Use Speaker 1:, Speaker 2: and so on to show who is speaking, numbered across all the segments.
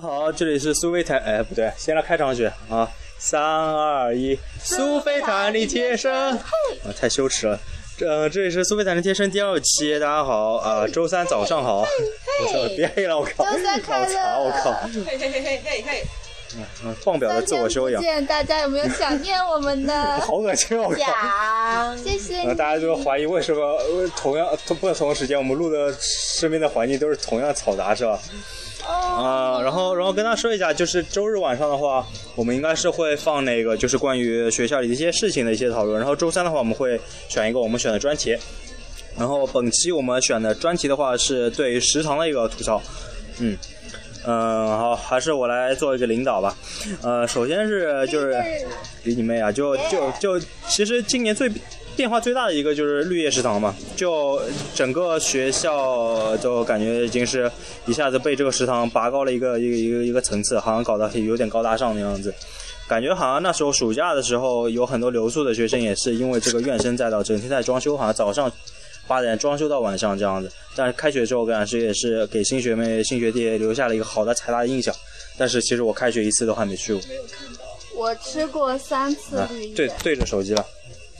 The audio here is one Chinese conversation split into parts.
Speaker 1: 好，这里是苏菲谈，哎，不对，先来开场曲啊，三二一，苏菲谈的贴身，啊，太羞耻了。这、呃、这里是苏菲谈的贴身第二期，大家好啊、周三早上好， 我操，别黑了，我靠，
Speaker 2: 周
Speaker 1: 好
Speaker 2: 三快乐
Speaker 1: 茶，我靠，
Speaker 3: 嘿嘿嘿嘿嘿嘿！
Speaker 1: 嗯，放表的自我修养
Speaker 2: 三天不，见大家有没有想念我们的？
Speaker 1: 好恶心，我靠。
Speaker 3: 讲
Speaker 2: 谢谢
Speaker 1: 呃，
Speaker 2: 你。
Speaker 1: 大家就怀疑为什么呃同样同不同时间，我们录的身边的环境都是同样嘈杂，是吧？啊、然后然后跟他说一下，就是周日晚上的话，我们应该是会放那个就是关于学校里的一些事情的一些讨论。然后周三的话，我们会选一个我们选的专题。然后本期我们选的专题的话是对食堂的一个吐槽，嗯。嗯，好，还是我来做一个领导吧。呃，首先是就是离你妹啊！就就就，其实今年最变化最大的一个就是绿叶食堂嘛，就整个学校就感觉已经是一下子被这个食堂拔高了一个一个一个一个层次，好像搞得有点高大上的样子。感觉好像那时候暑假的时候，有很多留宿的学生也是因为这个怨声载道，整天在装修，好像早上八点装修到晚上这样子。但是开学之后，感觉也是给新学妹、新学弟留下了一个好的财大的印象。但是其实我开学一次都还没去过，
Speaker 2: 我吃过三次
Speaker 1: 啊
Speaker 2: 绿叶，
Speaker 1: 对对着手机了。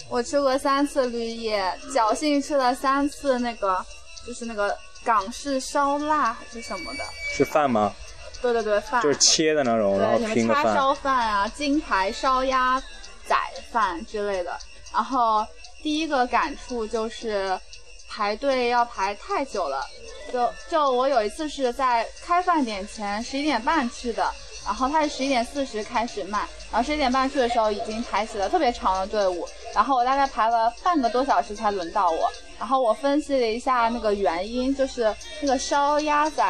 Speaker 2: 我吃过三次绿叶，侥幸吃了三次那个，就是那个港式烧腊还是什么的。
Speaker 1: 是饭吗？
Speaker 2: 对对对，饭
Speaker 1: 就是切的那种，然后
Speaker 2: 对什
Speaker 1: 拼
Speaker 2: 么
Speaker 1: 的
Speaker 2: 叉
Speaker 1: 饭。
Speaker 2: 烧饭啊、金牌烧鸭仔饭之类的。然后第一个感触就是排队要排太久了，就就我有一次是在开饭点前十一点半去的，然后它是十一点四十开始卖，然后十一点半去的时候已经排起了特别长的队伍，然后我大概排了半个多小时才轮到我。然后我分析了一下那个原因，就是那个烧鸭仔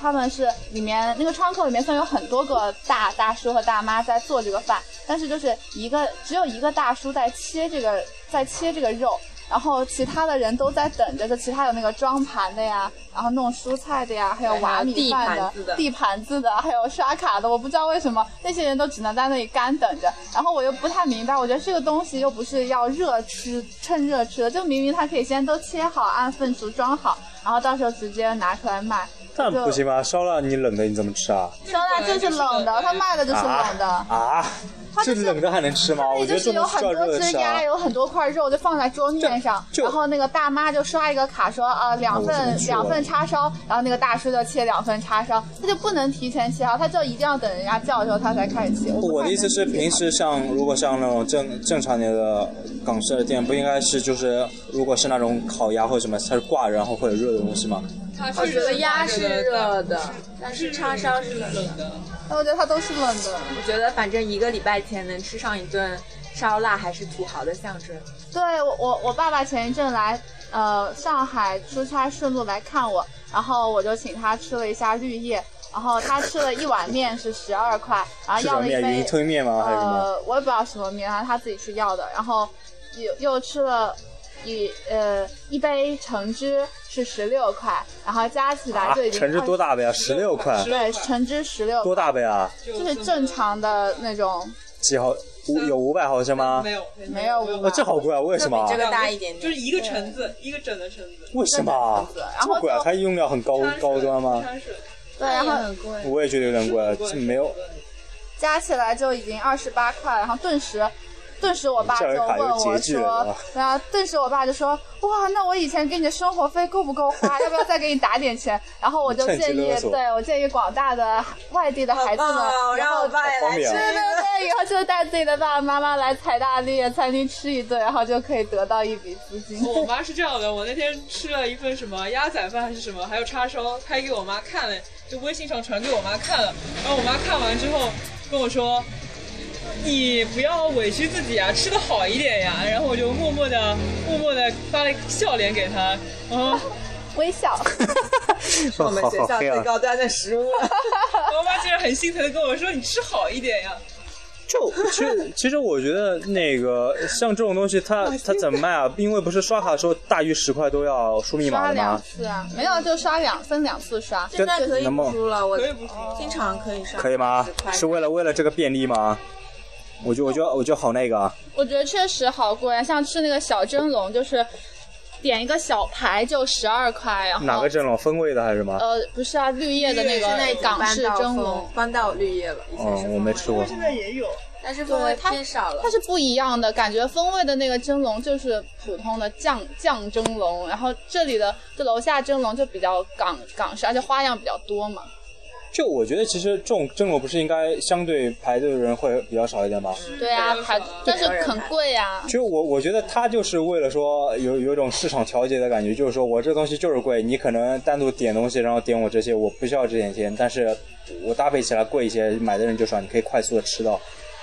Speaker 2: 他们是里面那个窗口里面虽然有很多个大大叔和大妈在做这个饭，但是就是一个只有一个大叔在切这个在切这个肉，然后其他的人都在等着，就其他有那个装盘的呀，然后弄蔬菜的呀，还有
Speaker 3: 对还
Speaker 2: 挖
Speaker 3: 有
Speaker 2: 米
Speaker 3: 递
Speaker 2: 饭
Speaker 3: 盘子的
Speaker 2: 递盘子的，还有刷卡的，我不知道为什么那些人都只能在那里干等着。然后我又不太明白，我觉得这个东西又不是要热吃，趁热吃的，就明明它可以先都切好，按份数装好，然后到时候直接拿出来卖。
Speaker 1: 但不行吧？烧腊你冷的你怎么吃啊？
Speaker 2: 生辣就是冷的，它卖的就是冷的。
Speaker 1: 啊？
Speaker 2: 它
Speaker 1: 这
Speaker 2: 就是
Speaker 1: 冷的还能吃吗？我觉
Speaker 2: 就
Speaker 1: 得这
Speaker 2: 是有
Speaker 1: 么
Speaker 2: 很
Speaker 1: 需要热
Speaker 2: 多
Speaker 1: 的
Speaker 2: 只
Speaker 1: 吃啊
Speaker 2: 鸭，。有很多块肉，就放在桌面上。
Speaker 1: 就就
Speaker 2: 然后那个大妈就刷一个卡说，呃，两
Speaker 1: 我真
Speaker 2: 份
Speaker 1: 的去了
Speaker 2: 两份叉烧，然后那个大叔就切两份叉烧，他就不能提前切啊好，他就一定要等人家叫的时候他才开始切。不
Speaker 1: 我的意思是，
Speaker 2: 太能理解
Speaker 1: 平时像如果像那种正正常点的港式的店，不应该是就是如果是那种烤鸭或者什么，它是挂着然后会有热的东西吗？
Speaker 3: 我觉得鸭是热的，但是叉烧是冷的。
Speaker 2: 但我觉得它都是冷的。
Speaker 3: 我觉得反正一个礼拜前能吃上一顿烧腊，还是土豪的象征。
Speaker 2: 对我我我爸爸前一阵来呃上海出差，顺路来看我，然后我就请他吃了一下绿叶，然后他吃了一碗面是十二块，然后
Speaker 1: 是什
Speaker 2: 啊要
Speaker 1: 么
Speaker 2: 了一
Speaker 1: 面？云
Speaker 2: 杯
Speaker 1: 吞面啊吗？还是什么？
Speaker 2: 呃，我也不知道什么面，然后他自己去要的，然后又又吃了一呃一杯橙汁是十六块，然后加起来
Speaker 1: 啊
Speaker 2: 就已，经
Speaker 1: 橙汁多
Speaker 2: 大？
Speaker 1: 大杯啊？十六块，
Speaker 2: 对，橙汁十六，
Speaker 1: 多大杯啊？
Speaker 2: 就是正常的那种，
Speaker 1: 几毫？五有五百毫升吗？
Speaker 4: 没有，
Speaker 2: 没有五
Speaker 1: 哇，这好贵啊！为什么啊？
Speaker 3: 这个大一点点
Speaker 4: 就是一个橙子，一个整的橙子。
Speaker 1: 为什么啊？这
Speaker 2: 然后
Speaker 1: 么贵啊？
Speaker 2: 就
Speaker 1: 它用料很高高端吗？
Speaker 4: 它是
Speaker 2: 对，然后
Speaker 3: 很贵。
Speaker 1: 我也觉得有点贵，这没有
Speaker 2: 加起来就已经二十八块，然后顿时。顿时我爸就
Speaker 1: 这人卡
Speaker 2: 问
Speaker 1: 又
Speaker 2: 我
Speaker 1: 拮据了
Speaker 2: 说
Speaker 1: 啊，
Speaker 2: 然后顿时我爸就说，哇，那我以前给你的生活费够不够花？要不要再给你打点钱？然后我就
Speaker 1: 趁机
Speaker 2: 建议
Speaker 1: 勒，索
Speaker 2: 对我建议广大的外地的孩子们，
Speaker 3: 我
Speaker 2: 然
Speaker 3: 让
Speaker 2: 后
Speaker 3: 我爸也来吃
Speaker 1: 好方
Speaker 2: 对
Speaker 3: 一
Speaker 2: 对对，以后就带自己的爸爸妈妈来财大绿叶餐厅吃一顿，然后就可以得到一笔资金。
Speaker 4: 哦我妈是这样的，我那天吃了一份什么鸭仔饭还是什么，还有叉烧，拍给我妈看了，就微信上传给我妈看了，然后我妈看完之后跟我说。你不要委屈自己啊，吃的好一点呀。然后我就默默的、默默的发了笑脸给她，然后
Speaker 2: 微笑，
Speaker 3: 顿，我们学校最高端的食物。
Speaker 4: 我妈竟然很心疼的跟我说：“你吃好一点呀。
Speaker 1: 就其实其实我觉得那个像这种东西，它它怎么卖啊？因为不是刷卡的时候大于十块都要输密码
Speaker 2: 刷
Speaker 1: 的
Speaker 2: 两
Speaker 1: 吗？
Speaker 2: 次啊，没有就刷两分两次刷。
Speaker 1: 现在可以能不能
Speaker 3: 输了，我
Speaker 4: 可以不输
Speaker 3: 经常可以上。
Speaker 1: 可以吗
Speaker 3: 10？块
Speaker 1: 是为了为了这个便利吗？我觉得我觉得我觉得好那个啊，
Speaker 2: 我觉得确实好贵啊，像吃那个小蒸笼，就是点一个小排就十二块，然后
Speaker 1: 哪个蒸笼？风味的还是什么？
Speaker 2: 呃，不是啊，绿叶的那
Speaker 3: 现在已
Speaker 2: 个
Speaker 3: 经
Speaker 2: 港式
Speaker 3: 搬到
Speaker 2: 蒸
Speaker 3: 风
Speaker 2: 笼，
Speaker 3: 搬到绿叶了，以前是
Speaker 1: 嗯，我没吃
Speaker 3: 风味
Speaker 1: 过
Speaker 4: 现在也有，
Speaker 3: 的，但是风味
Speaker 2: 对它
Speaker 3: 偏少了
Speaker 2: 它。是不一样的感觉。风味的那个蒸笼就是普通的酱酱蒸笼，然后这里的这楼下蒸笼就比较港港式，而且花样比较多嘛。
Speaker 1: 就我觉得其实这种蒸笼不是应该相对排队的人会比较少一点吗？
Speaker 2: 对啊，排但是
Speaker 3: 没有人
Speaker 2: 很
Speaker 3: 排
Speaker 2: 贵啊
Speaker 1: 其。实我我觉得他就是为了说有有一种市场调节的感觉，就是说我这东西就是贵，你可能单独点东西，然后点我这些，我不需要这点钱，但是我搭配起来贵一些，买的人就少，你可以快速的吃到。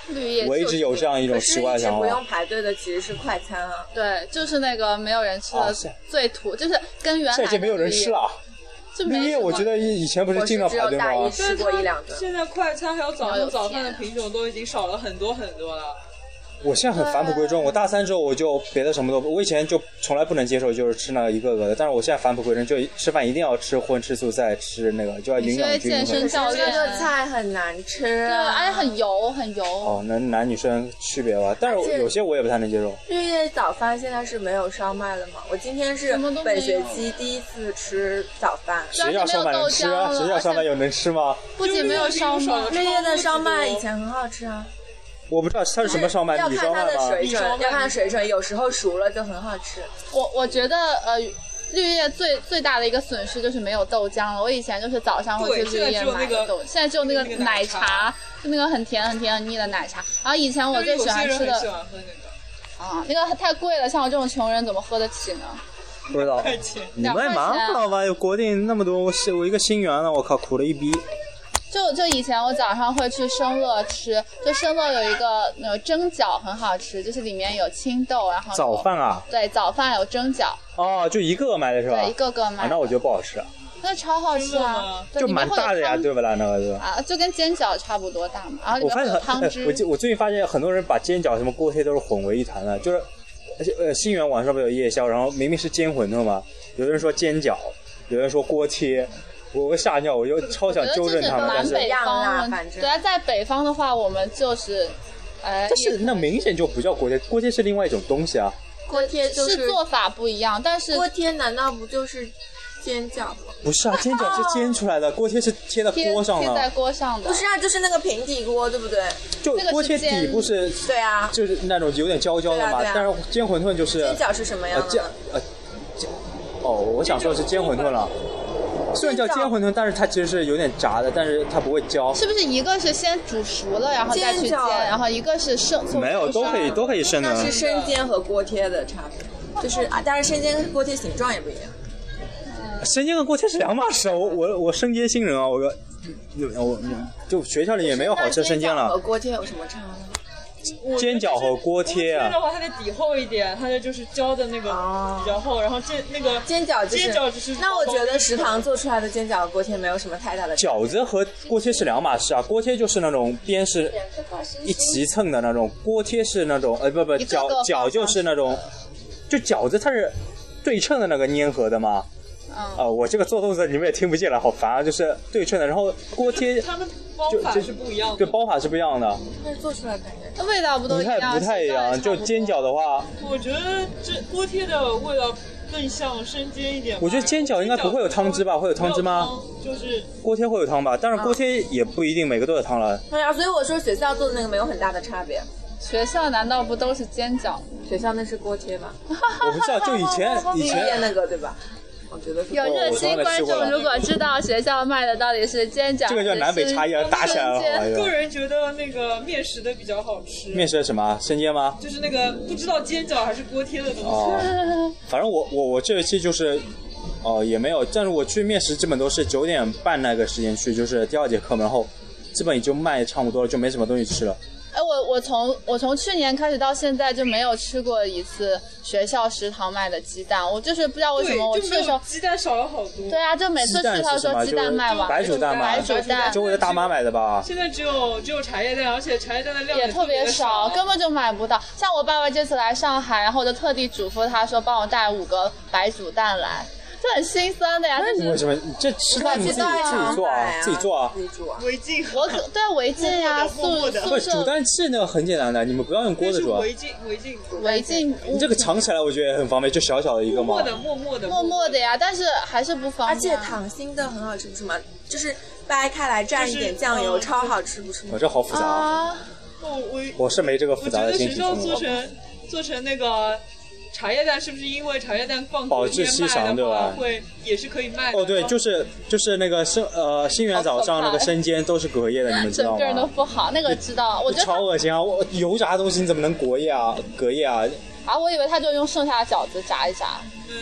Speaker 2: 绿叶
Speaker 1: 我一
Speaker 2: 就是
Speaker 1: 直有这样一种
Speaker 3: 可
Speaker 1: 奇
Speaker 3: 是
Speaker 1: 怪
Speaker 3: 一
Speaker 1: 的
Speaker 3: 直
Speaker 1: 想
Speaker 3: 不用
Speaker 1: 法。
Speaker 3: 排队的其实是快餐啊，
Speaker 2: 对，就是那个没有人吃的
Speaker 1: 啊是
Speaker 2: 最土，就是跟原来
Speaker 1: 现在已
Speaker 2: 的
Speaker 1: 经没有人
Speaker 2: 绿叶
Speaker 1: 吃了，啊，
Speaker 2: 就没
Speaker 1: 绿叶
Speaker 2: 什么
Speaker 1: 我觉得以前不是
Speaker 3: 我
Speaker 1: 经
Speaker 3: 是
Speaker 1: 常
Speaker 3: 只
Speaker 1: 排
Speaker 3: 有
Speaker 1: 队
Speaker 3: 大一
Speaker 1: 吗？
Speaker 3: 吃过一两顿。
Speaker 4: 现在快餐还有早
Speaker 2: 比较有
Speaker 4: 上早饭的
Speaker 2: 钱
Speaker 4: 品种都已经少了很多很多了。
Speaker 1: 我现在很返璞归真，我大三之后我就别的什么都不，我以前就从来不能接受就是吃那一个个的，但是我现在返璞归真，就吃饭一定要吃荤吃素再吃那个，就要
Speaker 2: 你
Speaker 1: 营
Speaker 2: 是
Speaker 1: 养
Speaker 2: 因为
Speaker 1: 均衡。
Speaker 2: 健身教
Speaker 3: 这
Speaker 2: 练
Speaker 3: 个菜很难吃
Speaker 2: 对，
Speaker 3: 啊，
Speaker 2: 而且很油，很油。
Speaker 1: 哦，那男女生区别吧，但
Speaker 3: 而且
Speaker 1: 是有些我也不太能接受。
Speaker 3: 日夜早饭现在是没有烧麦了吗？我今天是
Speaker 2: 什么都没有
Speaker 3: 本学期第一次吃早饭。
Speaker 1: 谁要烧麦能吃啊？
Speaker 2: 而且没有豆浆了
Speaker 1: 谁要烧麦有能吃吗？
Speaker 2: 不仅没有烧
Speaker 4: 就是
Speaker 2: 麦
Speaker 4: 那个，
Speaker 3: 日夜的烧麦以前很好吃啊，
Speaker 1: 我不知道它是什么烧麦，
Speaker 3: 要
Speaker 1: 米
Speaker 3: 看
Speaker 1: 烧
Speaker 3: 它
Speaker 1: 麦
Speaker 3: 的
Speaker 1: 吗？
Speaker 3: 水
Speaker 4: 米烧麦
Speaker 3: 准，要看水准，有时候熟了就很好吃。
Speaker 2: 我我觉得呃，绿叶最最大的一个损失就是没有豆浆了。我以前就是早上会
Speaker 4: 对
Speaker 2: 去绿叶买
Speaker 4: 现在只有那个
Speaker 2: 豆，现在只有那个
Speaker 4: 那个
Speaker 2: 奶
Speaker 4: 奶
Speaker 2: 茶
Speaker 4: 茶，
Speaker 2: 就那个很甜很甜很腻的奶茶。然后以前我
Speaker 4: 但
Speaker 2: 最
Speaker 4: 是有
Speaker 2: 喜
Speaker 4: 些
Speaker 2: 欢
Speaker 4: 人
Speaker 2: 吃
Speaker 4: 很喜
Speaker 2: 的
Speaker 4: 欢喝那个，
Speaker 2: 啊，那个太贵了，像我这种穷人怎么喝得起呢？
Speaker 1: 不知道。
Speaker 4: 快钱。
Speaker 1: 你们也蛮好吧？有国定那么多，我我一个新源了，我靠，苦了一逼。
Speaker 2: 就就以前我早上会去生乐吃，就生乐有一个那种蒸饺很好吃，就是里面有青豆，然后有
Speaker 1: 早饭啊，
Speaker 2: 对早饭有蒸饺，
Speaker 1: 哦，就一个个买的是吧？
Speaker 2: 对一个个买
Speaker 1: 啊，那我觉得不好吃，
Speaker 2: 那超好吃
Speaker 4: 真的
Speaker 2: 啊
Speaker 4: 吗，
Speaker 2: 对
Speaker 1: 就
Speaker 2: 里面
Speaker 1: 蛮
Speaker 2: 会有
Speaker 1: 大的呀，
Speaker 2: 汤
Speaker 1: 对不啦？那个对吧？
Speaker 2: 啊，就跟煎饺差不多大嘛，然后里
Speaker 1: 我发现
Speaker 2: 面会有
Speaker 1: 很，
Speaker 2: 汤
Speaker 1: 哎
Speaker 2: 汁。
Speaker 1: 我记我最近发现很多人把煎饺、什么锅贴都是混为一谈了，就是，而且呃，新源晚上不有夜宵，然后明明是煎馄饨嘛，有的人说煎饺，有的人说锅贴，我我吓尿，我就超想
Speaker 2: 觉得
Speaker 1: 纠
Speaker 2: 就是
Speaker 1: 正他们，但
Speaker 2: 南
Speaker 1: 是
Speaker 2: 北
Speaker 3: 样啦
Speaker 2: 方，
Speaker 3: 反正
Speaker 2: 对啊，在北方的话，我们就是，哎，
Speaker 1: 但是那明显就不叫锅贴，锅贴是另外一种东西啊，
Speaker 3: 锅贴
Speaker 2: 也
Speaker 3: 就是
Speaker 2: 是做法不一样，但是
Speaker 3: 锅贴，难道不就是煎饺吗？
Speaker 1: 不是啊，煎饺是煎出来的，锅贴是贴在
Speaker 2: 贴
Speaker 1: 锅上啊
Speaker 2: 贴在
Speaker 1: 的，
Speaker 2: 锅上的，
Speaker 3: 不是啊，就是那个平底锅，对不对？
Speaker 1: 就
Speaker 2: 那个是
Speaker 1: 锅贴
Speaker 2: 煎
Speaker 1: 底部是
Speaker 3: 对啊，
Speaker 1: 就是那种有点焦焦的嘛
Speaker 3: 对啊，对
Speaker 1: 但
Speaker 3: 啊
Speaker 1: 是煎馄饨就是
Speaker 3: 煎饺是什么样
Speaker 1: 呃煎
Speaker 3: 的？
Speaker 1: 呃煎哦，我想说的是煎馄饨了。虽然叫煎馄饨，但是它其实是有点炸的，但是它不会焦。
Speaker 2: 是不是一个是先煮熟了，然后再去
Speaker 3: 煎
Speaker 2: 煎，
Speaker 3: 饺
Speaker 2: 然后一个是生，从
Speaker 1: 没有，
Speaker 2: 生
Speaker 1: 都可以
Speaker 2: 上
Speaker 1: 都可以生的
Speaker 3: 那。是生煎和锅贴的差别，就是啊，但是生煎和锅贴形状也不一样。
Speaker 1: 生煎和锅贴是两码事啊。我我我生煎新人啊，我我我就学校里也没有好吃的生煎
Speaker 3: 那饺和
Speaker 1: 了。
Speaker 3: 锅贴有什么差呢？
Speaker 1: 煎饺和锅贴
Speaker 4: 锅
Speaker 1: 啊
Speaker 4: 贴的话，它的底厚一点，它的就是浇的那个
Speaker 3: 哦
Speaker 4: 比较厚，然后煎那个
Speaker 3: 煎饺就是，
Speaker 4: 煎饺就是
Speaker 3: 那我觉得食堂做出来的煎饺和锅贴没有什么太大的差别。
Speaker 1: 饺子和锅贴是两码事啊，锅贴就是那种边是一齐蹭的那种，锅贴是那种呃不不
Speaker 2: 一个
Speaker 1: 饺
Speaker 2: 个
Speaker 1: 饺就是那种，就饺子它是对称的那个粘合的嘛。
Speaker 2: 嗯，
Speaker 1: 啊，我这个做动作你们也听不见了，好烦啊！就是对称的，然后锅贴
Speaker 4: 他们包法是不一样
Speaker 1: 对
Speaker 4: 的。
Speaker 1: 包法是不一样的，
Speaker 3: 但是做出来感觉
Speaker 2: 那味道不都
Speaker 1: 不
Speaker 2: 一
Speaker 1: 太
Speaker 2: 样？
Speaker 1: 不太一样。
Speaker 2: 形状
Speaker 1: 就
Speaker 2: 也差不多
Speaker 1: 煎饺的话，
Speaker 4: 我觉得这锅贴的味道更像生煎一点吧。
Speaker 1: 我觉得煎饺应该不会有汤汁吧会有汤汁吗？
Speaker 4: 就是
Speaker 1: 锅贴会有汤吧，但
Speaker 2: 嗯
Speaker 1: 是锅贴也不一定每个都有汤 了。
Speaker 3: 对啊，所以我说学校做的那个没有很大的差别。
Speaker 2: 学校难道不都是煎饺吗？
Speaker 3: 学校那是锅贴吧？
Speaker 1: 我不知道，就以前以
Speaker 3: 绿叶
Speaker 1: 前
Speaker 3: 那个对吧？我觉得是
Speaker 2: 有
Speaker 3: 锅
Speaker 2: 热
Speaker 1: 我从
Speaker 2: 心
Speaker 1: 来没
Speaker 2: 观
Speaker 1: 吃过
Speaker 2: 众
Speaker 1: 了
Speaker 2: 如果知道学校卖的到底是煎饺，
Speaker 1: 这个叫南北差异啊，打起来了，好吧？
Speaker 4: 个人觉得那个面食的比较好吃，
Speaker 1: 面是什么啊生煎吗？
Speaker 4: 就是那个不知道煎饺还是锅贴的东西。
Speaker 1: 哦，反正我我我这一期就是，哦、也没有，但是我去面试基本都是九点半那个时间去，就是第二节课嘛，然后基本也就卖差不多了，就没什么东西吃了。
Speaker 2: 哎，我我从我从去年开始到现在就没有吃过一次学校食堂卖的鸡蛋，我就是不知道为
Speaker 4: 对，
Speaker 2: 什么我
Speaker 4: 就
Speaker 2: 去
Speaker 4: 没
Speaker 2: 的时
Speaker 4: 有
Speaker 2: 候，
Speaker 4: 鸡蛋少了好多。
Speaker 2: 对啊，就每次
Speaker 1: 鸡
Speaker 2: 去
Speaker 1: 蛋
Speaker 2: 他
Speaker 1: 是什
Speaker 2: 说
Speaker 1: 么？
Speaker 2: 鸡
Speaker 1: 就
Speaker 2: 蛋
Speaker 1: 是
Speaker 2: 卖完，
Speaker 1: 白煮蛋吗？
Speaker 2: 白煮蛋
Speaker 1: 周围的大妈买的吧？
Speaker 4: 现在只有只有茶叶蛋，而且茶叶蛋的量
Speaker 2: 也特
Speaker 4: 别
Speaker 2: 别少，根本就买不到。像我爸爸这次来上海，然后我就特地嘱咐他说，帮我带五个白煮蛋来。这很心酸的呀。但
Speaker 1: 为
Speaker 2: 是
Speaker 1: 什么你这吃饭你自己
Speaker 2: 可以
Speaker 1: 自己做啊，自己做啊
Speaker 3: 自。己做啊。
Speaker 5: 违禁，
Speaker 2: 我可对违禁呀、
Speaker 5: 默默
Speaker 2: 宿
Speaker 5: 地
Speaker 1: 不
Speaker 2: 宿
Speaker 1: 是煮
Speaker 2: 舍
Speaker 1: 蛋器那个很简单的，你们不要用锅
Speaker 4: 那
Speaker 1: 子
Speaker 4: 是
Speaker 1: 煮啊。
Speaker 4: 违禁违禁，
Speaker 2: 违禁物
Speaker 1: 你这个
Speaker 2: 品
Speaker 1: 尝起来我觉得也很方便，就小小的一个
Speaker 4: 默
Speaker 1: 嘛
Speaker 4: 默。的默默的
Speaker 2: 嗯默默的呀，但是还是不方
Speaker 1: 啊
Speaker 3: 而
Speaker 2: 便。啊
Speaker 3: 且溏心的很好吃，不是吗？就是掰开来蘸一点酱油，
Speaker 4: 就是嗯
Speaker 3: 超好吃，不是吗
Speaker 1: 我？这好复杂啊，
Speaker 2: 啊，
Speaker 4: 我我
Speaker 1: 我是没这个复
Speaker 4: 我
Speaker 1: 杂
Speaker 4: 觉
Speaker 1: 的
Speaker 4: 得
Speaker 1: 心
Speaker 4: 学
Speaker 1: 情
Speaker 4: 校
Speaker 1: 生
Speaker 4: 做
Speaker 1: 活。
Speaker 4: 成做成那个茶叶蛋，是不是因为茶叶蛋放
Speaker 1: 保
Speaker 4: 隔夜
Speaker 1: 质期
Speaker 4: 卖
Speaker 1: 长对
Speaker 4: 的话
Speaker 1: 吧
Speaker 4: 会也是可以卖的？
Speaker 1: 哦，对，就是是就是那个生呃新源早上那个生煎都是隔夜的，你 们知道
Speaker 2: 整个人都
Speaker 1: 吗？
Speaker 2: 不好。那个知道，我觉得
Speaker 1: 超恶心啊！我油炸的东西你怎么能隔夜啊？隔夜啊，
Speaker 2: 他啊，我以为他就用剩下的饺子炸一炸。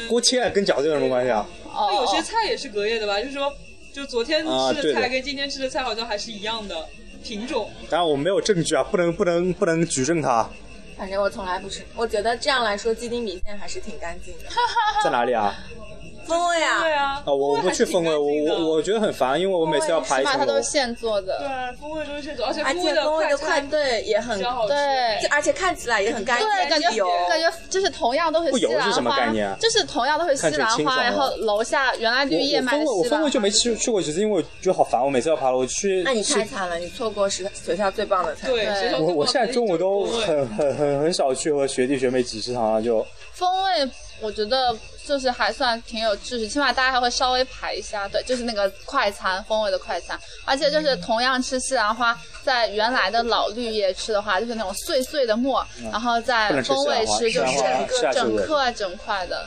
Speaker 1: 锅切了跟饺子有什么关系啊？
Speaker 2: 哦，
Speaker 4: 有些菜也是隔夜的吧？就是说，就昨天
Speaker 1: 啊
Speaker 4: 吃
Speaker 1: 对
Speaker 4: 的
Speaker 1: 的
Speaker 4: 菜跟今天吃的菜好像还是一样的品种。
Speaker 1: 当然我没有证据啊，不能不能不能举证他
Speaker 3: 反正我从来不吃。我觉得这样来说，鸡丁比现在还是挺干净的。
Speaker 1: 在哪里啊？
Speaker 3: 风味啊
Speaker 4: 对，啊，
Speaker 1: 啊，我我不去风味，我我
Speaker 4: 我
Speaker 1: 我觉得很烦，因为我每次要
Speaker 2: 哦起
Speaker 1: 排
Speaker 2: 码
Speaker 1: 长
Speaker 2: 它都
Speaker 1: 龙
Speaker 2: 是。现做
Speaker 1: 啊
Speaker 2: 的。
Speaker 4: 对风味中选择，而且
Speaker 3: 而
Speaker 4: 风味
Speaker 3: 且风味的快
Speaker 4: 餐
Speaker 3: 队也很
Speaker 4: 比，较好吃。
Speaker 2: 对
Speaker 3: 就而且看起来也很干净，
Speaker 2: 对，感觉
Speaker 3: 有
Speaker 2: 感觉就是同样都是西
Speaker 1: 不油
Speaker 2: 兰
Speaker 1: 是什么
Speaker 2: 花
Speaker 1: 概念啊，
Speaker 2: 就是同样都是西
Speaker 1: 看着
Speaker 2: 兰
Speaker 1: 清
Speaker 2: 花，
Speaker 1: 爽
Speaker 2: 然后
Speaker 1: 了
Speaker 2: 楼下原
Speaker 1: 我
Speaker 2: 来绿叶
Speaker 1: 我
Speaker 2: 买
Speaker 1: 风
Speaker 2: 的
Speaker 1: 味我
Speaker 2: 西兰
Speaker 1: 风
Speaker 2: 花
Speaker 1: 味就没去去过几次，因为我觉得好烦，我每次要爬楼我去
Speaker 3: 那你
Speaker 1: 吃
Speaker 3: 太惨了，你错过学学校最棒的菜。
Speaker 4: 对，
Speaker 2: 对
Speaker 4: 学校
Speaker 1: 我我
Speaker 4: 最棒的
Speaker 1: 现在
Speaker 4: 一
Speaker 1: 中午
Speaker 4: 种
Speaker 1: 都
Speaker 4: 风味
Speaker 1: 很很很很少去和学弟学妹挤食堂了，就
Speaker 2: 风味，我觉得就是还算挺有秩序，起码大家还会稍微排一下。对，就是那个快餐风味的快餐，而且就是同样吃西兰花，在原来的老绿叶吃的话，就是那种碎碎的末，然后
Speaker 1: 不
Speaker 2: 在
Speaker 1: 能吃
Speaker 2: 风味吃
Speaker 1: 西
Speaker 2: 就
Speaker 1: 兰
Speaker 2: 是
Speaker 1: 花西兰花
Speaker 2: 整个
Speaker 1: 吃下去
Speaker 2: 整
Speaker 1: 的
Speaker 2: 块整块的，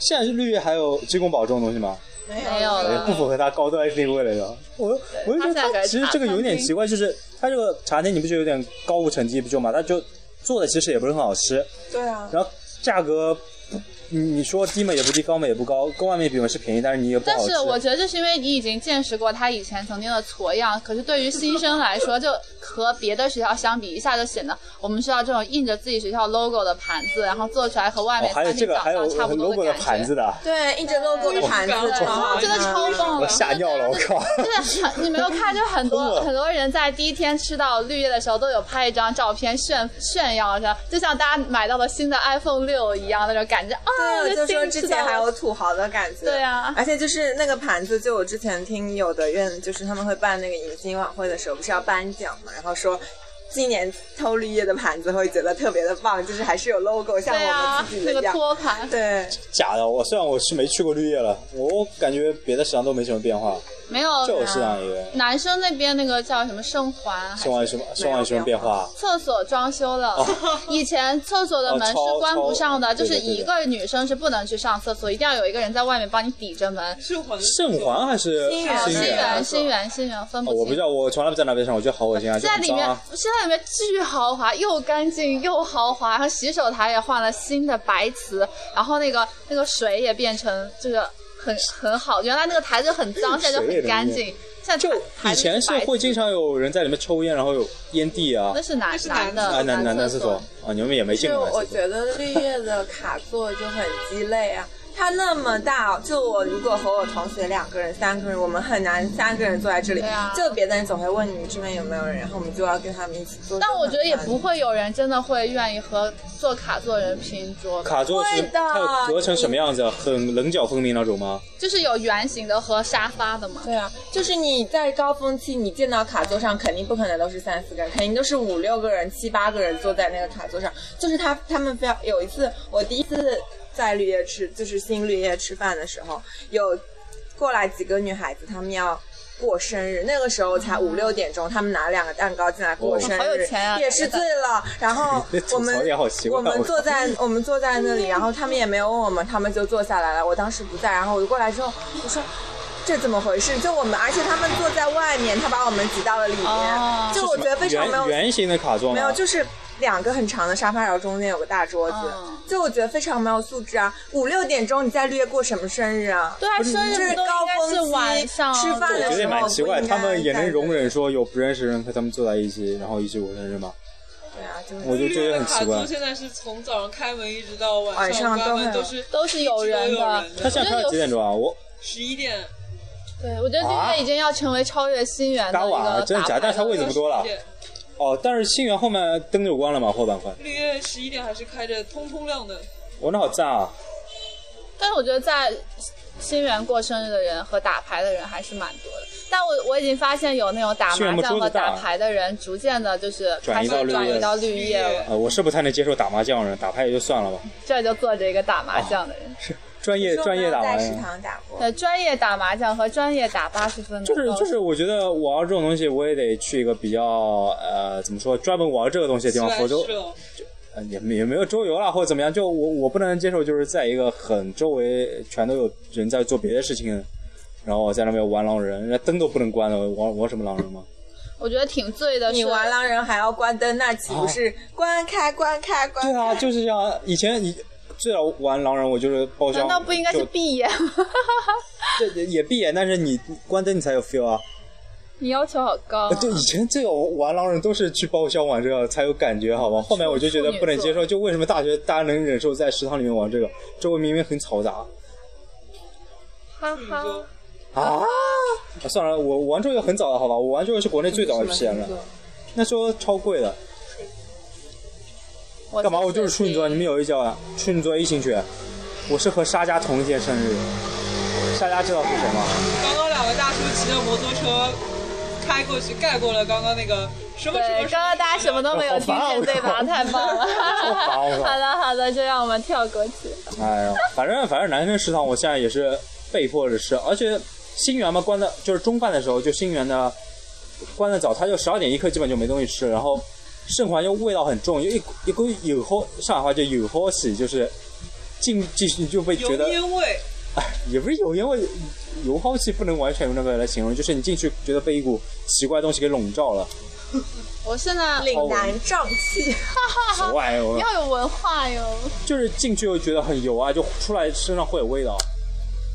Speaker 1: 现在是绿叶还有鸡公煲这种东西吗？
Speaker 2: 没有
Speaker 1: 也
Speaker 2: 了
Speaker 1: 不。符合它高端定位了的。我我就觉得
Speaker 2: 它现在改
Speaker 1: 它
Speaker 2: 成
Speaker 1: 其实这个有点奇怪，就是它这个茶餐厅你不觉得有点高屋层级不就嘛？它就做的其实也不是很好吃，
Speaker 3: 对啊，
Speaker 1: 然后价格你你说低嘛也不低，高嘛也不高，跟外面比嘛是便宜，但是你也不
Speaker 2: 但
Speaker 1: 好吃。哦
Speaker 2: 是我觉得这是因为你已经见识过他以前曾经的挫样，可是对于新生来说，就和别的学校相比，一下就显得我们学校这种印着自己学校 logo 的盘子，然后做出来和外
Speaker 1: 哦
Speaker 2: 面
Speaker 1: 还有
Speaker 2: 餐
Speaker 1: 这
Speaker 2: 厅
Speaker 1: 个
Speaker 2: 长
Speaker 1: 还有
Speaker 2: 相差不多
Speaker 1: logo 的
Speaker 2: 感觉。
Speaker 1: 盘子的，
Speaker 3: 对，印着 logo 的盘子，
Speaker 4: 对
Speaker 3: 超好
Speaker 2: 哇，
Speaker 3: 吃
Speaker 2: 哦真的超棒
Speaker 1: 我！吓尿了，我 靠！
Speaker 2: 就是很，你没有看，就很
Speaker 1: 真
Speaker 2: 多
Speaker 1: 的
Speaker 2: 很多人在第一天吃到绿叶的时候，都有拍一张照片炫炫耀一下，就像大家买到了新的 iPhone 六一样那种感觉啊！
Speaker 3: 对，就说
Speaker 2: 新吃
Speaker 3: 之前
Speaker 2: 到
Speaker 3: 还
Speaker 2: 了
Speaker 3: 有土豪的感觉。
Speaker 2: 对啊
Speaker 3: 而且就是那个盘子，就我之前听有的人，就是他们会办那个迎新晚会的时候，不是要颁奖嘛，然后说。今年偷绿叶的盘子会觉得特别的棒，就是还是有 logo，像
Speaker 2: 对
Speaker 3: 我
Speaker 2: 啊
Speaker 3: 们自己，
Speaker 2: 那
Speaker 3: 的一
Speaker 2: 个
Speaker 3: 样。
Speaker 2: 托盘
Speaker 3: 对，
Speaker 1: 假的，我虽然我是没去过绿叶了，我感觉别的食堂都没什么变化，
Speaker 2: 没有
Speaker 1: 就我食
Speaker 3: 啊
Speaker 1: 堂一个。
Speaker 2: 男生那边那个叫什么圣环，还
Speaker 1: 送完什么？送完什么变化？
Speaker 2: 厕所装修了，
Speaker 3: 哦
Speaker 2: 以前厕所的门是关不上的，
Speaker 1: 哦超
Speaker 2: 就是一个女生是不能去上厕所，一定要有一个人在外面帮你抵着门。
Speaker 4: 是环
Speaker 1: 圣环还是
Speaker 3: 新源啊
Speaker 1: 新
Speaker 2: 新
Speaker 1: 源
Speaker 2: 源，？新源，新源分
Speaker 1: 哦
Speaker 2: 不
Speaker 1: 我不
Speaker 2: 清
Speaker 1: 知。道，我从来不在那边上，我觉得好恶心啊！
Speaker 2: 现在里面
Speaker 1: 就很脏啊，
Speaker 2: 现在里面巨豪华，又干净又豪华，然后洗手台也换了新的白瓷，然后那个那个水也变成就是很很好，原来那个台子很脏，现在就
Speaker 1: 水也能
Speaker 2: 很干
Speaker 1: 用
Speaker 2: 净。现在就
Speaker 1: 以前是会经常有人在里面抽烟，然后有烟蒂啊
Speaker 2: 那。是男
Speaker 4: 是
Speaker 2: 男
Speaker 4: 男
Speaker 2: 的
Speaker 1: 啊，男男男厕
Speaker 2: 厕
Speaker 1: 所啊，你们也没
Speaker 3: 就
Speaker 1: 进
Speaker 3: 是
Speaker 1: 过
Speaker 3: 我
Speaker 1: 男厕所。
Speaker 3: 觉得绿叶的卡座就很鸡肋啊。它那么大，就我如果和我同学两个人、三个人，我们很难三个人坐在这里。
Speaker 2: 对啊
Speaker 3: 就别的人总会问你们这边有没有人，然后我们就要跟他们一起坐。
Speaker 2: 但我觉得也
Speaker 3: 就很
Speaker 2: 不
Speaker 3: 烦。
Speaker 2: 会有人真的会愿意和做卡座的人拼桌吧，
Speaker 1: 卡座
Speaker 3: 会
Speaker 1: 是
Speaker 3: 的
Speaker 1: 它有隔成什么样子啊？很棱角分明那种吗？
Speaker 2: 就是有圆形的和沙发的嘛。
Speaker 3: 对啊，就是你在高峰期，你见到卡座上肯定不可能都是三四个人，肯定都是五六个人、七八个人坐在那个卡座上。就是他他们非要有一次，我第一次在绿叶吃，就是新绿叶吃饭的时候，有过来几个女孩子，她们要。过生日那个时候才五六点钟，她们拿两个蛋糕进来过生日，
Speaker 2: 好有钱啊
Speaker 3: 也是醉了。然后
Speaker 1: 你吐槽
Speaker 3: 我们
Speaker 1: 也好奇怪
Speaker 3: 我们坐在我们坐在那里，然后他们也没有问我们，他们就坐下来了。我当时不在，然后我就过来之后，我说这怎么回事？就我们，而且他们坐在外面，他把我们挤到了里面，
Speaker 2: 哦
Speaker 3: 就我觉得非常没有
Speaker 1: 圆圆形的卡座吗
Speaker 3: 没有，就是两个很长的沙发，然后中间有个大桌子，
Speaker 2: 嗯
Speaker 3: 就我觉得非常没有素质啊！五六点钟你在绿叶过什么生日啊？
Speaker 2: 对啊，生
Speaker 3: 就
Speaker 2: 日
Speaker 3: 是
Speaker 2: 不都
Speaker 3: 高
Speaker 2: 应该
Speaker 3: 峰
Speaker 2: 是
Speaker 3: 期
Speaker 2: 晚上
Speaker 3: 吃饭
Speaker 1: 我
Speaker 3: 的
Speaker 1: 觉得
Speaker 3: 时
Speaker 1: 也
Speaker 3: 候，
Speaker 1: 蛮奇怪，
Speaker 3: 不应该
Speaker 1: 他们也能
Speaker 3: 干
Speaker 1: 容忍说有不认识的人和他们坐在一起，然后一起过生日吗？
Speaker 3: 对啊，就是
Speaker 1: 我就觉得很奇怪
Speaker 4: 卡座。现在是从早上开门一直到
Speaker 3: 晚
Speaker 4: 晚
Speaker 3: 上
Speaker 4: 关
Speaker 3: 都
Speaker 4: 门，
Speaker 3: 很
Speaker 4: 都是
Speaker 2: 都是有人的。
Speaker 1: 他现在开到几点钟啊？我
Speaker 4: 十 一点，
Speaker 2: 对，我觉得
Speaker 1: 啊
Speaker 2: 绿叶已经要成为超越新源的
Speaker 1: 打
Speaker 2: 一
Speaker 1: 晚了，
Speaker 2: 个
Speaker 1: 啊真的假的？
Speaker 2: 打
Speaker 1: 但
Speaker 2: 牌
Speaker 1: 是他位置不多了
Speaker 4: 11。点
Speaker 1: 哦，但是新源后面灯就关了嘛，后半块。
Speaker 4: 绿叶十一点还是开着，通通亮的。
Speaker 1: 我那好赞啊！
Speaker 2: 但是我觉得在新源过生日的人和打牌的人还是蛮多的。但我我已经发现有那种打
Speaker 1: 新
Speaker 2: 麻
Speaker 1: 源不
Speaker 2: 将
Speaker 1: 桌
Speaker 2: 和
Speaker 1: 子大
Speaker 2: 打牌的人，逐渐的就是
Speaker 1: 转
Speaker 2: 开
Speaker 1: 移到
Speaker 2: 始
Speaker 1: 绿
Speaker 2: 转
Speaker 1: 叶
Speaker 2: 移到绿叶了。
Speaker 1: 呃，我是不太能接受打麻将的人，打牌也就算了吧。
Speaker 2: 这就坐着一个打麻将的人。
Speaker 1: 哦专业专业打麻
Speaker 3: 在食
Speaker 1: 将，
Speaker 3: 堂打过，
Speaker 2: 对，专业打麻将和专业打八十分的
Speaker 1: 就是
Speaker 2: 高手
Speaker 1: 就是，我觉得我要这种东西，我也得去一个比较呃怎么说专门玩这个东西的地方，否则
Speaker 4: 是
Speaker 1: 呃也没也没有桌游啦或者怎么样，就我我不能接受，就是在一个很周围全都有人在做别的事情，然后我在那边玩狼人，人家灯都不能关了，玩玩什么狼人 吗？
Speaker 2: 我觉得挺醉的是。
Speaker 3: 你玩狼人还要关灯，那岂不是关开关开关
Speaker 1: 啊对
Speaker 3: 开？
Speaker 1: 啊，就是这样。以前你最早玩狼人，我就是包厢，
Speaker 2: 难道不应该是
Speaker 1: 就
Speaker 2: 闭眼吗？
Speaker 1: 这也闭眼，但是你关灯你才有 feel 啊。
Speaker 2: 你要求好高、
Speaker 1: 呃对，以前最早玩狼人都是去包厢玩这个才有感觉，好吧？后面我就觉得不能接受，就为什么大学大家能忍受在食堂里面玩这个，周围明明很嘈杂
Speaker 2: 哈
Speaker 4: 处女
Speaker 2: 哈。
Speaker 4: 座，
Speaker 1: 啊！啊算了，我玩桌游很早了，好吧？我玩桌游是国内最早一批人了，那时候超贵的。
Speaker 2: 我
Speaker 1: 干嘛？我就是处女座，
Speaker 2: 自
Speaker 1: 你
Speaker 2: 己
Speaker 1: 们有一脚啊，处女座一星群。我是和沙家同一天生日的，沙家知道是谁吗？
Speaker 4: 刚刚两位大叔骑着摩托车开过去，盖过了刚刚那个什么什么
Speaker 2: 对，
Speaker 4: 什么。
Speaker 2: 刚刚大家什么都没有 听
Speaker 1: 好烦啊
Speaker 2: 见，对吧？
Speaker 1: 我靠
Speaker 2: 太棒了！
Speaker 1: 好烦我靠
Speaker 2: 好的，好的，就让我们跳过去。
Speaker 1: 哎呀，反正反正男生食堂我现在也是被迫着吃，而且新源嘛关的，就是中饭的时候就新源的关的早，他就十二点一刻基本就没东西吃，然后剩环又味道很重，就一股一股有好上海话就有好洗，就是进进去就会觉得哎
Speaker 4: 油烟味，
Speaker 1: 也不是有烟味，油耗气不能完全用那个来形容，就是你进去觉得被一股奇怪的东西给笼罩了，
Speaker 2: 我现在
Speaker 3: 岭南瘴气，
Speaker 4: 啊
Speaker 1: 什么玩意儿？
Speaker 2: 要有文化哟，
Speaker 1: 哎就是进去又觉得很油啊，就出来身上会有味道。